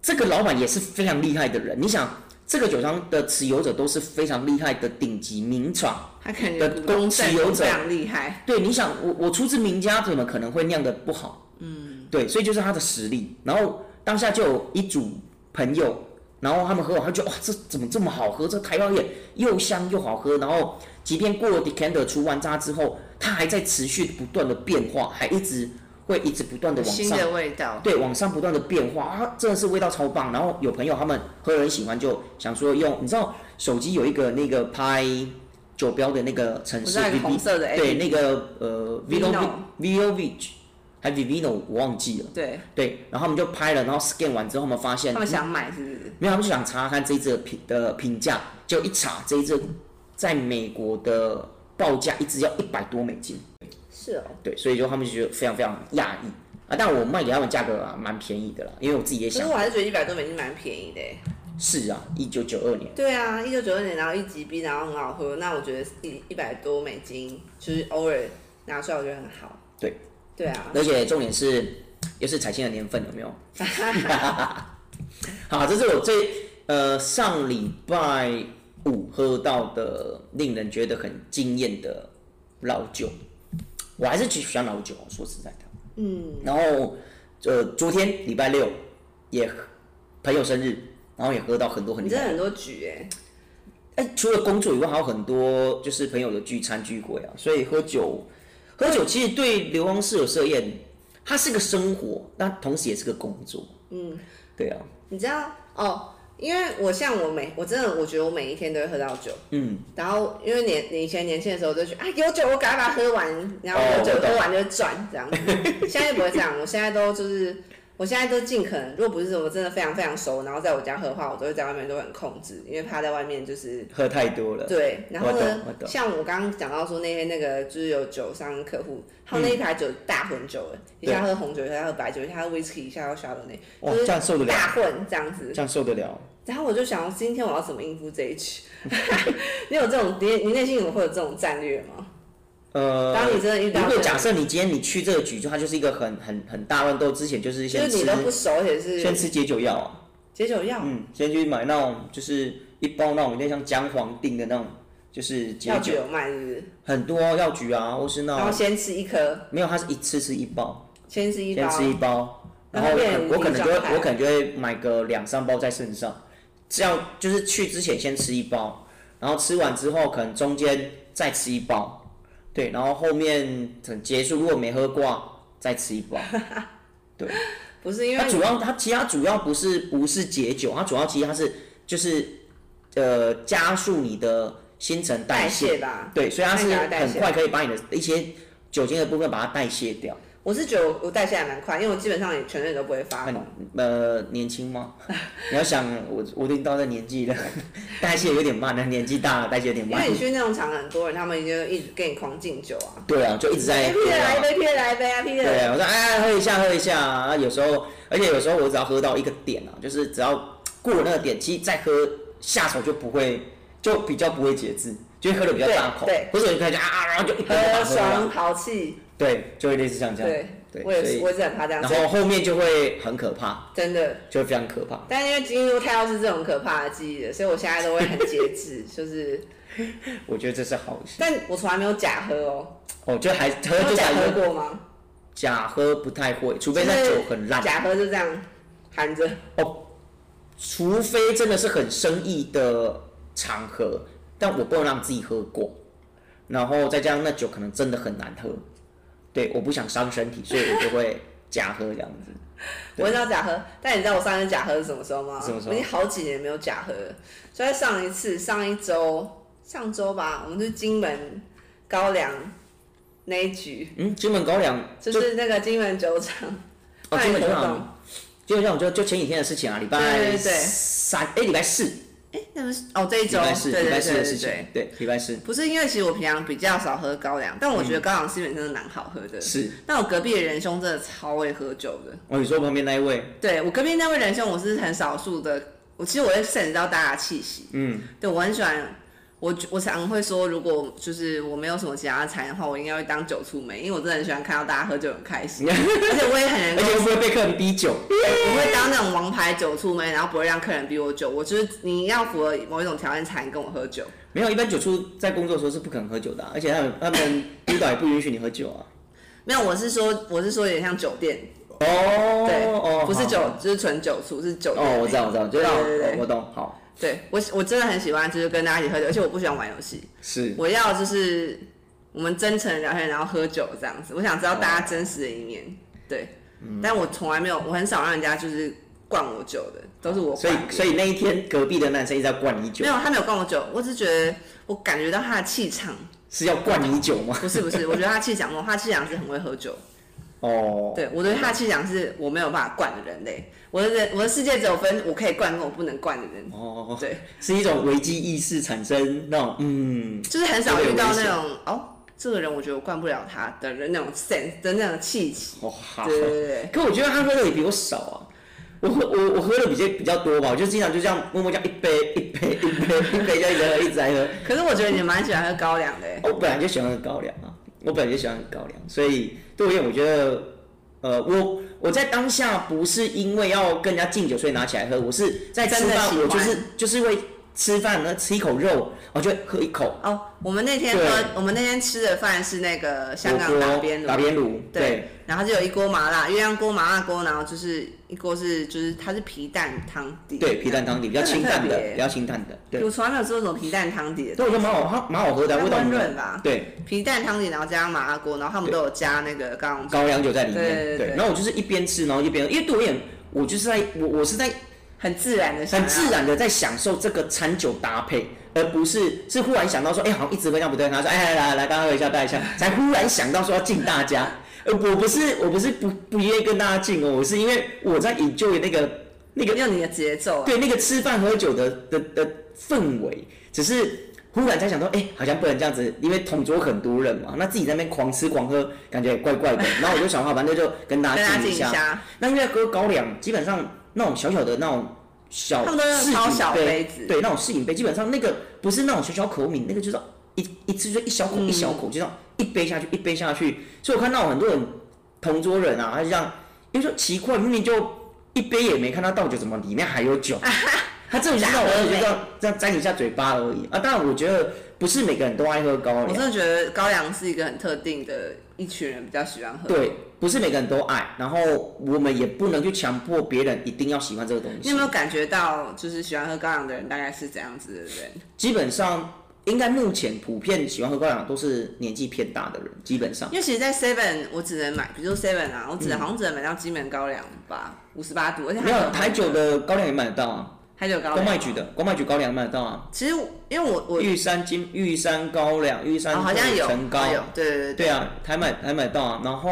这个老板也是非常厉害的人，你想，这个酒庄的持有者都是非常厉害的顶级名厂，他感觉的股东持阵有容者非常厉害。对，你想我我出自名家，怎么可能会酿的不好？嗯，对，所以就是他的实力。然后当下就有一组朋友，然后他们喝完，他就哇，这怎么这么好喝？这台湾也又香又好喝。然后即便过了 decanter 除完渣之后，它还在持续不断的变化，还一直会一直不断的往新上，的味道，对，往上不断的变化啊，真的是味道超棒。然后有朋友他们喝了很喜欢，就想说用，你知道手机有一个那个拍酒标的那个城我市知道一个 VB 红色的 A，对，那个呃哎 Vino Vino Vino v i c 还 Vivino 我忘记了。对，对，然后他们就拍了，然后 scan 完之后，他们发现嗯他们想买是不是？没有，他们就想查看这一支的评的评价，结果一查这一支在美国的报价一支要一百多美金，是哦，对，所以就他们就觉得非常非常讶异啊。但我卖给他们价格啊蛮便宜的啦，因为我自己也可是想我还是觉得一百多美金蛮便宜的耶。是啊，一九九二年对啊，一九九二年，然后一级 B，然后很好喝，那我觉得一一百多美金，就是偶尔拿出来，我觉得很好。对，对啊， 而且重点是，又是彩青的年份，有没有？好，这是我最呃上礼拜五喝到的，令人觉得很惊艳的老酒。我还是喜欢老酒，说实在的。嗯。然后呃，昨天礼拜六也喝朋友生日，然后也喝到很多很你厉害真的的很多局哎、哎、除了工作以外，还有很多就是朋友的聚餐聚会啊，所以喝酒，喝酒其实对流亡室友设宴，它是个生活，那同时也是个工作。嗯，对啊，你知道哦？因为我像我每我真的我觉得我每一天都会喝到酒，嗯，然后因为年你以前年轻的时候就觉得啊有酒我赶快把它喝完，然后哦有酒我懂喝完就转这样子。现在不会这样，我现在都就是我现在都尽可能，如果不是我真的非常非常熟，然后在我家喝的话，我都会在外面都会很控制，因为怕在外面就是喝太多了。对，然后我懂呢我，懂像我刚刚讲到说那天那个就是有酒商客户，他嗯们那一排酒大混酒了，一下喝红酒，一下喝白酒，一下喝 whisky，一下喝 chardonnay，哇，就是这样受得了？大混这样子这。样受得了？然后我就想，今天我要怎么应付这一局？ 你有这种，你你内心有会有这种战略吗？呃，当你真的遇到如这种，果假设你今天你去这个局，就它就是一个很很很大乱斗，之前就就是先是你吃都不熟，而且是先吃解酒药啊、解酒药，嗯，先去买那种就是一包那种有点像姜黄定的那种，就是解药局酒，有卖是不是？很多药局啊，或是那然种后先吃一颗，没有，它是一次吃一包，先吃一先包，吃一包，然然后后变无我可敌能就会状态我可能就会买个两三包在身上，这样就是去之前先吃一包，然后吃完之后可能中间再吃一包，对，然后后面等结束如果没喝过再吃一包。不是因为它主要它其实它主要不是不是解酒，它主要其实它是就是呃加速你的新陈代代谢，谢吧。对，所以它是那个代很谢快可以把你的一些酒精的部分把它代谢掉。我是觉得我我代谢还蛮快，因为我基本上也全身都不会发那你红。呃年轻吗？ 你要想我我已经到这年纪了， 代谢有点慢了，年纪大了代谢有点因慢为。你去那种场，很多人他们就一直给你狂敬酒啊，对啊，就一直在哎，喝啤的来一杯，啤的来啊。一杯啊，啤的来一杯对，我说哎，喝一下，喝一下啊。有时候，而且有时候我只要喝到一个点啊，就是只要过了那个点，其实再喝下手就不会，就比较不会节制，就会喝的比较大口对对，或者你可以讲啊，然后就一杯就把喝它喝完爽豪气。对，就会类似像这样，对，对我也所是，以我也是很怕这样然子，后后面就会很可怕，真的。就会非常可怕。但因为进入太要是这种可怕的记忆了，所以我现在都会很节 制，就是，我觉得这是好事。但我从来没有假喝哦。哦，就还你喝有就假才喝过吗？假喝不太会，除非那酒很烂。哦假喝就这样含着，除非真的是很生意的场合，但我不能让自己喝过，然后再加上那酒可能真的很难喝，对，我不想伤身体，所以我就会假喝这样 子。我对很少假喝，但你知道我上一次假喝是什么时候吗？什么时候我已经好几年没有假喝了，就在上一次，上一周，上周吧，我们去金门高粱那一局，嗯，金门高粱就是那个金门酒厂，哦，金门办高活动粱，金门高粱就就前几天的事情啊，礼对拜对对三，哎，礼拜四，礼哎，那不是哦这一周，拜四，对礼对拜四对的事对情对。，对，礼拜四不是因为其实我平常比较少喝高粱，但我觉得高粱基本上是蛮好喝的。是。但我隔壁的仁兄真的超会喝酒的，哦，你说旁边那一位，对我隔壁那位仁兄，我是很少数的。我其实我会 sense 到大家的气息，嗯，对我很喜欢。我我常会说，如果就是我没有什么其他的才能的话，我应该会当酒醋妹，因为我真的很喜欢看到大家喝酒很开心，而且我也很能够而且会不会被客人逼酒？我会当那种王牌酒醋妹，然后不会让客人逼我酒。我就是你要符合某一种条件才能跟我喝酒。没有，一般酒出在工作的时候是不可能喝酒的啊、而且他们他们督导也不允许你喝酒啊。没有，我是说我是说有点像酒店，哦，对，哦，不是酒好。，就是纯酒醋，是酒店那哦，个。我知道，我知道，就对让对对我懂。好，对我我真的很喜欢，就是跟大家一起喝酒，而且我不喜欢玩游戏，是我要就是我们真诚地聊天，然后喝酒这样子。我想知道哦大家真实的一面，对。嗯但我从来没有，我很少让人家就是灌我酒的，都是我所灌别人。以所以那一天隔壁的男生一直在灌你酒没，有，他没有灌我酒，我只是觉得我感觉到他的气 场，是要灌你酒吗？不是不是，我觉得他气场，我他气场是很会喝酒。哦，对我对他的气场是我没有办法灌的人类，我的人我的世界只有分我可以灌跟我不能灌的人，哦，对，是一种危机意识产生那种嗯，就是很少遇到那种哦，这个人我觉得我灌不了他的人那种 sense 的那种气息。哦好。对对对对，可我觉得他喝的也比我少啊。我喝我我喝的比较比较多吧，我就经常就这样默默这样一杯一杯一杯一杯这样一直喝一直在喝，可是我觉得你蛮喜欢喝高粱的欸，我本来就喜欢喝高粱啊，我本来就喜欢喝高粱，所以对我而言，我觉得，呃，我我在当下不是因为要跟人家敬酒所以拿起来喝，我是在吃真的饭，喜我欢就是就是会吃饭呢，吃一口肉，我就喝一口哦，我们那天喝对，我们那天吃的饭是那个香港火锅打边炉，打边炉，对，然后就有一锅麻辣鸳鸯锅麻辣锅，然后就是一锅是就是它是皮蛋汤底，对，皮蛋汤底比较真的清很淡特的，别比较清淡的，对，我从来没有吃过什么皮蛋汤底的，对，我觉得蛮好，它蛮好喝的，啊它味道温很润啊吧，对，皮蛋汤底，然后加上麻辣锅，然后他们都有加那个刚刚高粱酒在里面，对对对然后我就是一边吃，然后一边喝，因为对我而言，我就是在我我是在很自然的，很自，然的在享受这个餐酒搭配，而不是是忽然想到说，哎、好像一直喝这样不对，然后说，哎、来来来，大家喝一下，大家一下，才忽然想到说要敬大家。呃，我不是我不是不不愿意跟大家敬哦，我是因为我在 enjoy 那个那个用你的节奏啊，对那个吃饭喝酒的的的氛围，只是忽然才想到，哎、好像不能这样子，因为同桌很多人嘛，那自己在那边狂吃狂喝，感觉也怪怪的。然后我就想，好，反正就跟大跟家他敬敬一一下。下，那因为喝高粱，基本上那种小小的那种小他们都用市井超小杯杯子对，那种试饮杯，基本上那个不是那种小小口抿，那个就是一一次就一小口、一小口，就这样一杯下去，一杯下去。所以我看到很多人同桌人啊，他就这样，因为说奇怪，明明就一杯也没看到倒酒，怎么里面还有 酒？他这种就是让我就这样这样沾一下嘴巴而已啊。当然，我觉得不是每个人都爱喝高我粱真，的觉得高粱是一个很特定的一群人比较喜欢喝。对，不是每个人都爱。然后我们也不能去强迫别人一定要喜欢这个东西。你有没有感觉到，就是喜欢喝高粱的人大概是怎样子的人？基本上应该目前普遍喜欢喝高粱都是年纪偏大的人，基本上因为其实，在 Seven 我只能买，比如说 Seven 啊，我只能、好像只能买到金门高粱吧，五十八度，而且它嗯没有很台酒的高粱也买得到啊，台酒高光粱。卖局的光卖局高粱买得到啊，其实我因为我我、玉山金玉山高粱玉山哦、好像有陈高好像有，对对对对啊，台买台买得到啊，然后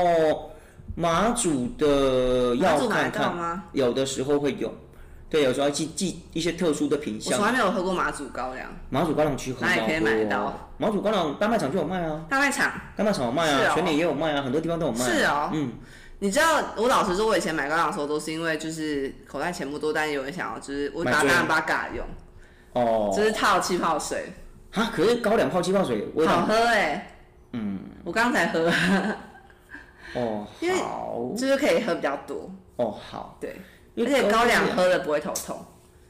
马祖的马要祖买看得到看，吗？有的时候会有。对，有时候要寄寄一些特殊的品我从相，来没有喝过马祖高粱，马祖高粱区很哪里好可以买得喝哦到马祖高粱大卖场就有卖啊，大卖场大卖场有卖是啊，哦全年也有卖啊，很多地方都有卖啊。是哦。嗯，你知道，我老实说，我以前买高粱的时候都是因为就是口袋钱不多，但有人想要就是我买打醉当然把嘎用，哦，就是套气泡水，啊，可是高粱泡气泡水味好道喝哎、嗯，我刚才喝，哦，因为好就是可以喝比较多，哦好，对，因而为且高粱喝了不会头痛。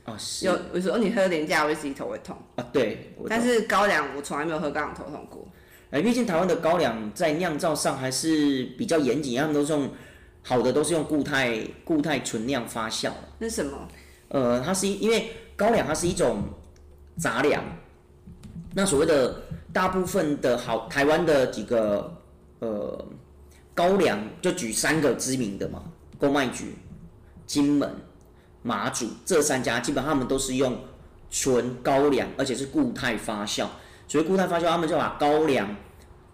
哦是有有时候你喝廉价威士忌头会痛，啊对，我懂但是高粱我从来没有喝高粱头痛过。哎，毕竟台湾的高粱在酿造上还是比较严谨，他们都是用好的都是用固态固态纯酿发酵。那什么？呃，它是一因为高粱它是一种杂粮，那所谓的大部分的好台湾的几个呃高粱，就举三个知名的嘛，公卖局、金门、马祖这三家，基本上他们都是用纯高粱，而且是固态发酵。所谓固态发酵，他们就把高粱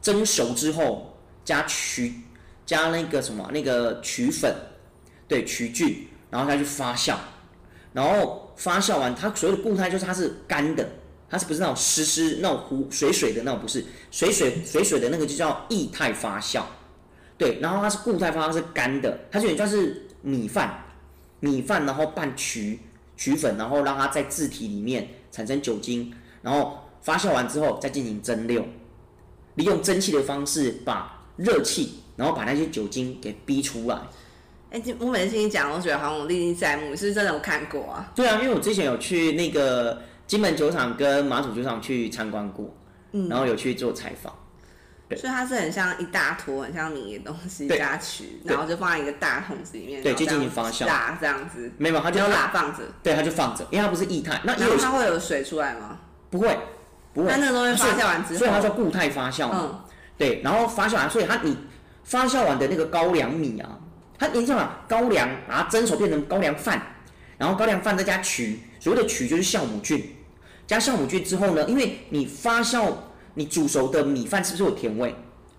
蒸熟之后加曲加那个什么那个曲粉，对曲菌，然后下去发酵。然后发酵完，它所有的固态就是它是干的，它是不是那种湿湿那种糊水水的那种？不是水水水水的那个就叫液态发酵，对。然后它是固态发酵是干的，它就有点像是米饭，米饭然后拌曲曲粉，然后让它在自体里面产生酒精，然后发酵完之后再进行蒸馏，利用蒸汽的方式把热气，然后把那些酒精给逼出来。哎、欸，我每次听你讲，我觉得好像我历历在目，你是不是真的有看过啊？对啊，因为我之前有去那个金门酒厂跟马祖酒厂去参观过，嗯，然后有去做采访，对所以它是很像一大坨很像米的东西对加曲，对然后就放在一个大桶子里面，对然后就进行发酵打这样子，没有，它就然后打放着，对，它就放着，因为它不是液态，那也然后有它会有水出来吗？不会不会它，那个东西发酵完之后，所以它叫固态发酵嘛，嗯，对，然后发酵完，所以它你发酵完的那个高粱米啊，它你知道吗？高粱把它蒸熟变成高粱饭，然后高粱饭再加曲，所谓的曲就是酵母菌，加酵母菌之后呢，因为你发酵你煮熟的米饭是不是有甜味？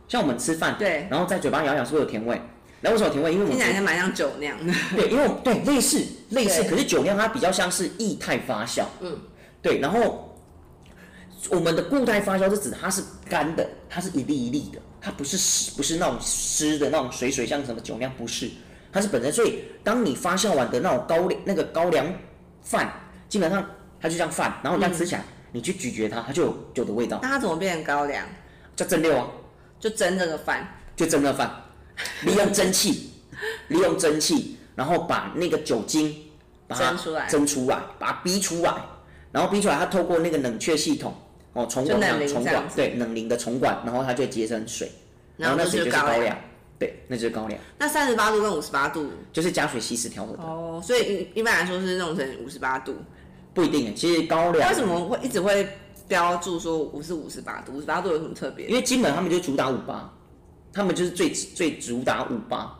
像我们吃饭，对，然后在嘴巴咬咬是不是有甜味？然后为什么有甜味？因为我听们起来像蛮像酒那样的， 对，因为我对类似类似，对可是酒酿它比较像是液态发酵，嗯，对，然后我们的固态发酵是指它是干的，它是一粒一粒的，它不是湿，不是那种湿的那种水水，像什么酒酿不是，它是本身。所以当你发酵完的那种高粱那个高粱饭，基本上它就像饭，然后你这嗯样吃起来，你去咀嚼它，它就有酒的味道，那它怎么变成高粱？叫蒸馏啊，就蒸这个饭，就蒸馏饭，利用蒸汽，利用蒸汽，然后把那个酒精把它蒸出来蒸出来，把它逼出来，然后逼出来，它透过那个冷却系统，哦，从管就冷上凝这从管样子对冷凝的从管，然后它就会结成水，然后那这水就就是是高高粱。粱，对，那就是高粱，那三十八度跟五十八度，就是加水稀释调和的，哦，所以一一般来说是弄成五十八度。不一定耶，其实高那粱为什？么会一直会标注说我是五十八度？五十八度有什么特别因？为金门他们就主打五八，他们就是最最主打五八，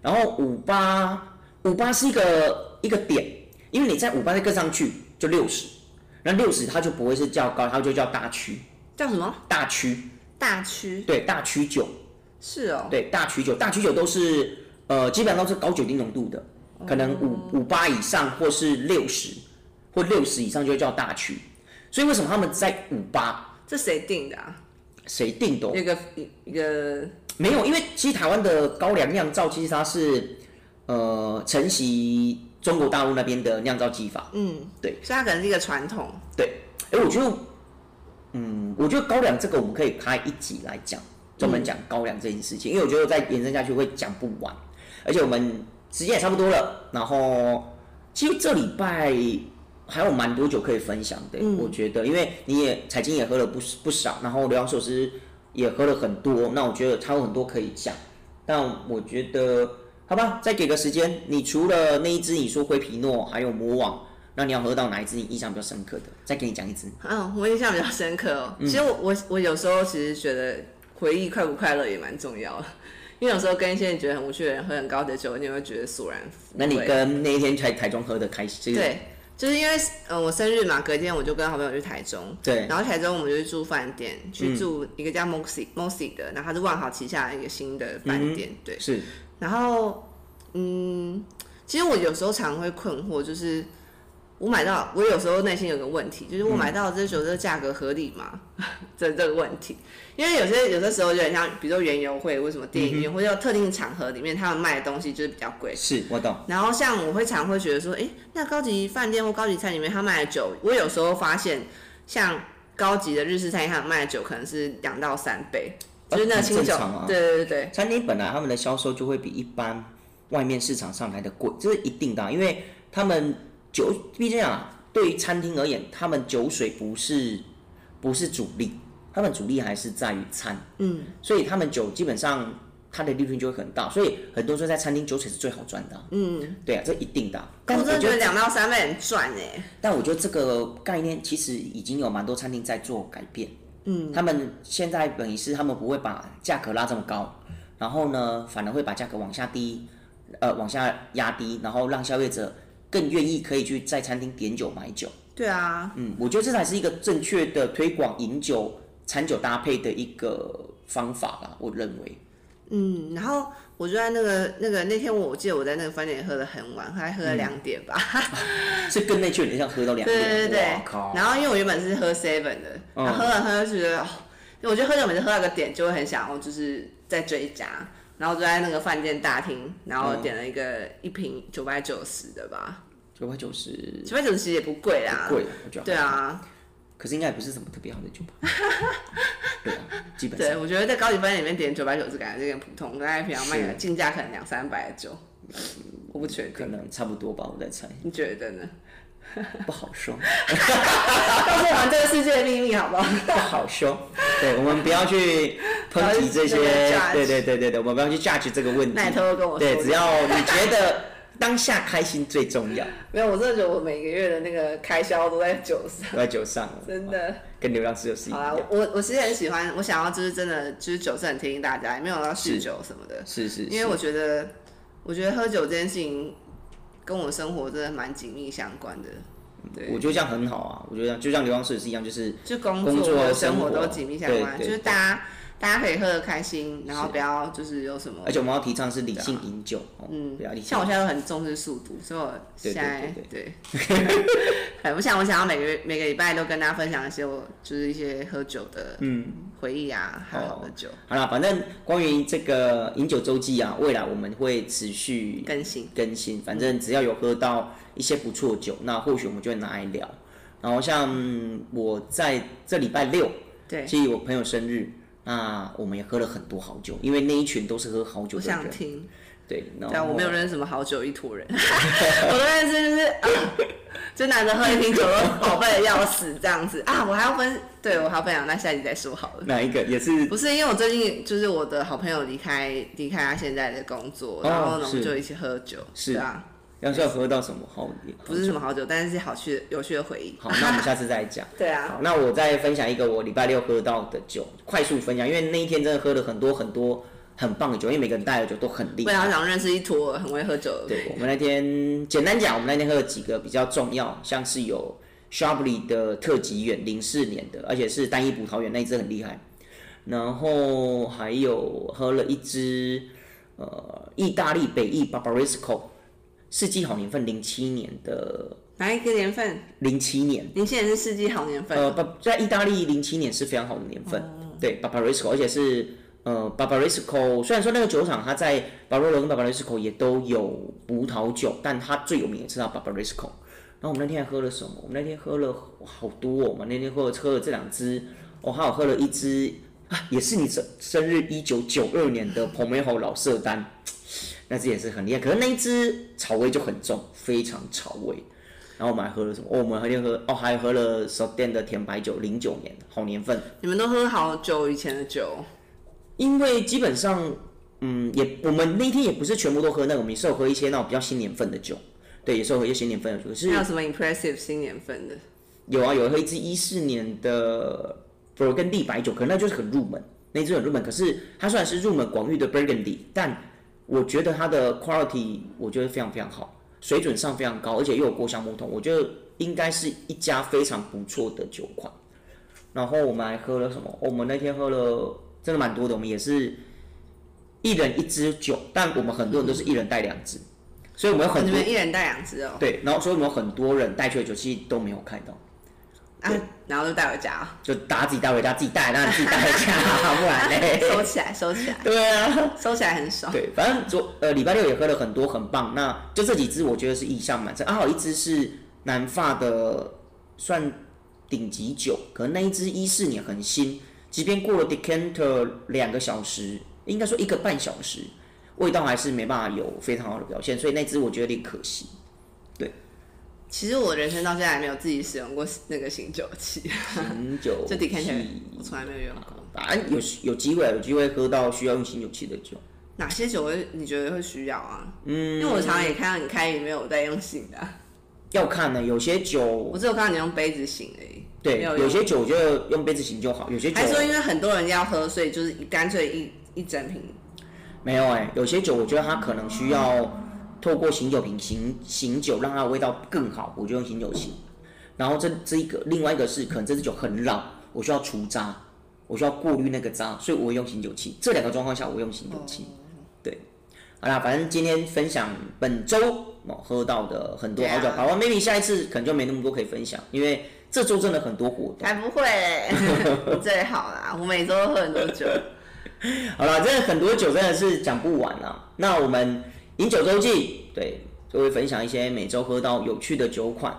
然后五八五八是一个一个点，因为你在五八再跟上去就六十，那六十它就不会是较高，它就叫大曲叫什么大曲，大区？对大曲酒，是哦，对大曲酒，大曲酒都是呃基本上都是高酒精浓度的，可能五五八以上或是六十或六十以上就会叫大曲，所以为什么他们在五八这谁定的啊？谁定的哦？有一个一一个没有，因为其实台湾的高粱酿造其实它是呃承袭中国大陆那边的酿造技法。嗯，对，所以它可能是一个传统。哎，我觉得，嗯，我觉得高粱这个我们可以开一集来讲，专门讲高粱这件事情，因为我觉得再延伸下去会讲不完，而且我们时间也差不多了。然后，其实这礼拜还有蛮多酒可以分享的，我觉得，因为你也彩金也喝了不不少，然后刘洋寿司也喝了很多，那我觉得他有很多可以讲。但我觉得，好吧，再给个时间。你除了那一支你说灰皮诺，还有魔王，那你要喝到哪一支你印象比较深刻的？再给你讲一支。嗯，我印象比较深刻哦。嗯其实我我我有时候其实觉得回忆快不快乐也蛮重要的， 因为有时候跟一些你觉得很无趣的人喝很高的酒，你也会觉得索然无味。那你跟那一天在台中喝的开心？对，就是因为呃我生日嘛，隔天我就跟好朋友去台中，对然后台中我们就去住饭店，去住一个叫 Moxie Moxie 的，然后它是万豪旗下的一个新的饭店，对。是然后嗯，其实我有时候常会困惑，就是我买到，我有时候内心有个问题，就是我买到的这酒这个价格合理吗？ 这这个问题，因为有些有些时候有点像，比如说园游会或什么电影院、或者特定场合里面他们卖的东西就是比较贵，是，我懂。然后像我会常会觉得说，诶，那高级饭店或高级餐里面他卖的酒，我有时候发现，像高级的日式餐厅他们卖的酒可能是两到三倍，就是那个很清正酒，常啊对对对对，餐厅本来他们的销售就会比一般外面市场上来的贵，这是一定的啊、因为他们酒，毕竟啊，对于餐厅而言，他们酒水不是不是主力，他们主力还是在于餐，嗯，所以他们酒基本上它的利润就会很大，所以很多人说在餐厅酒水是最好赚的啊、嗯，对啊，这一定的啊、但我我真的觉觉得得，两到三倍很赚哎，但我觉得这个概念其实已经有蛮多餐厅在做改变，嗯，他们现在等于是他们不会把价格拉这么高，然后呢，反而会把价格往下低，呃，往下压低，然后让消费者更愿意可以去在餐厅点酒买酒。对啊，嗯，我觉得这才是一个正确的推广饮酒、餐酒搭配的一个方法啦。我认为，嗯，然后我就在那个那个那天我我记得我在那个饭店喝的很晚，还喝了两点吧。是跟那群人像喝到两点，对对对哇靠！嗯然后因为我原本是喝 seven 的，然后喝了喝就觉得，哦我觉得喝酒每次喝到一个点就会很想要就是再追加，然后我就在那个饭店大厅，然后点了一个一瓶九百九十的吧，九百九十九百九十其实也不贵啦，嗯贵，我觉得。对，啊，可是应该也不是什么特别好 的酒吧。对啊，基本对上我觉得在高级饭店里面点九百九十感觉有点普通，跟爱平常卖的进价可能两三百的酒，我不确可定，能差不多吧，我在猜，你觉得呢？不好 说。告诉我们这个世界的秘密好不好？不好说。对，我们不要去抨击这些不要去，judge 对对对对对，我们不要去 judge 这个问题那。你偷偷跟我说，嗯对，只要你觉得当下开心最 重要，没有，我真的觉得我每个月的那个开销都在酒上，都在酒上了，真的。跟流浪吃酒是一好啦样。，我我其实很喜欢，我想要就是真的就是酒是很贴近大家，也没有要酗酒什么的，是是，因为是我觉得我觉得喝酒这件事情跟我生活真的蛮紧密相关的，对，嗯我觉得这样很好啊，我觉得这样就像流浪吃酒是一样，就是就工工作和生生活活都紧密相关，对对就是大家大家可以喝得开心，然后不要就是有什么而。且我们要提倡是理性饮酒，哦哦啊嗯不要理，性像我现在都很重视速度，所以我对对现在对对， 哎，我想我想要每个月每个礼拜都跟大家分享一些我就是一些喝酒的嗯，哦回忆啊，还有好的酒好了，反正关于这个饮酒周记啊，未来我们会持续更新。更新，反正只要有喝到一些不错的酒，那或许我们就会拿来聊。然后像我在这礼拜六，对，其实我朋友生日，那我们也喝了很多好酒，因为那一群都是喝好酒我的想人。听。对，然对啊，后我没有认识什么好酒一坨人， 我都认识就是啊，就拿着喝一瓶酒 都宝贝的要死这样子啊。我还要分，对我还要分享，那下一集再说好 了。哪一个也是不是因为我最近就是我的好朋友离开离开他现在的工作，哦然后呢我们是就一起喝酒，是对啊，要是要喝到什么好，不是什么好酒，但是是好趣的有趣的回忆。好，那我们下次再讲。对啊，好，那我再分享一个我礼拜六喝到的酒，快速分享，因为那一天真的喝了很多很多很棒的酒，因为每个人带的酒都很厉我也害好。想认识一坨很会喝酒的对，人。我们那天简单讲，我们那天喝了几个比较重要，像是有 Shably 的特级园，零四年的，而且是单一葡萄园那一支很厉害。然后还有喝了一支呃意大利北意 Barbaresco 世纪好年份零七年的哪一个年份？零七年，您现在是世纪好年份，呃，巴在意大利零七年是非常好的年份，对 Barbaresco，而且是呃 Barbaresco，虽然说那个酒厂它在巴罗龙跟 Barbaresco 也都有葡萄酒，但它最有名的是它 Barbaresco。然后我们那天还喝了什么？我们那天喝了哇好多哦，我们那天喝了喝了这两支，哦，还有喝了一支啊，也是你生生日一九九二年的 Pomejo 老色丹，那支也是很厉害，可是那一支草味就很重，非常草味。然后我们还喝了什么？哦，我们还喝哦，还喝了 s o d e n 的甜白酒，零九年好年份。你们都喝好久以前的酒，因为基本上，嗯，也我们那天也不是全部都喝那个，我们也是有喝一些那种比较新年份的酒，对，也是有喝一些新年份的酒。可是还有什么 impressive 新年份的？有啊，有喝一支一四年的 Burgundy 白酒，可能那就是很入门，那一支很入门。可是它虽然是入门广域的 Burgundy，但我觉得它的 quality 我觉得非常非常好，水准上非常高，而且又有过香木桶，我觉得应该是一家非常不错的酒款。然后我们还喝了什么？我们那天喝了真的蛮多的，我们也是一人一支酒，但我们很多人都是一人带两支，所以我们有很哦你多们一人带两只哦，对，然后所以我们有很多人带去的酒其实都没有看到。啊，然后就带回家哦、就打自己带回家，自己带，那自己带回家，不 然嘞。收起来，收起来，对啊，收起来很爽。对，反正昨呃礼拜六也喝了很多，很棒。那就这几支我觉得是意象满身，啊，还有一支是南法的算顶级酒，可能那一支一四年很新，即便过了 decanter 两个小时，应该说一个半小时，味道还是没办法有非常好的表现，所以那支我觉得有点可惜。其实我人生到现在还没有自己使用过那个醒酒器，哦醒酒就 decanter， 器我从来没有用过。反正有有机会，有机会喝到需要用醒酒器的酒。哪些酒会你觉得会需要啊？嗯，因为我常常也看到你开里面有在用醒的啊、要看呢，有些酒我只有看到你用杯子醒而已。对，没有有用些酒就用杯子醒就好，有些酒啊还说因为很多人要喝，所以就是一干脆一一整瓶。没有哎、有些酒我觉得它可能需要透过醒酒瓶醒醒酒，让它的味道更好，我就用醒酒器。然后这这一个另外一个是可能这支酒很老，我需要除渣，我需要过滤那个渣，所以我会用醒酒器。这两个状况下我会用醒酒器。哦对，好啦，反正今天分享本周哦喝到的很多好酒，对啊好吧，maybe 下一次可能就没那么多可以分享，因为这周真的很多活动。才 不会嘞，你最好啦！我每周都喝很多酒，好了，真的很多酒真的是讲不完啊。那我们饮酒周记，对，就会分享一些每周喝到有趣的酒款。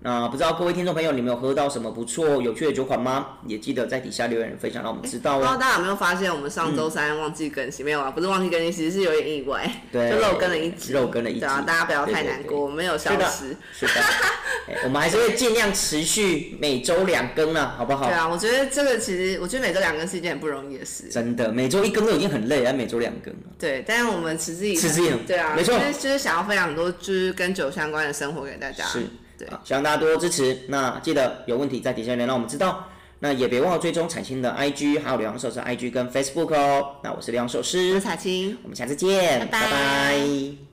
那不知道各位听众朋友，你们有喝到什么不错、有趣的酒款吗？也记得在底下留言分享，让我们知道不知道哦。大家有没有发现，我们上周三忘记更新，没有啊？不是忘记更新，其实是有点意外，嗯对，就漏更了一集，漏更了一集，对啊，大家不要太对难过，。我们没有消失。对对是 的，哎我们还是会尽量持续每周两更了，好不好对？啊，我觉得这个其实，我觉得每周两更是一件很不容易的事。真的，每周一更都已经很累了，每周两更了。对，但是我们持之以持之以恒对啊，没错因为就是想要分享很多就是跟酒相关的生活给大家。是，啊对好希望大家多多支持。那记得有问题在底下留言，让我们知道。那也别忘了追踪彩青的 IG，还有刘洋寿司的 IG 跟 Facebook 哦。那我是刘洋寿我司是，彩青，我们下次见，拜拜拜拜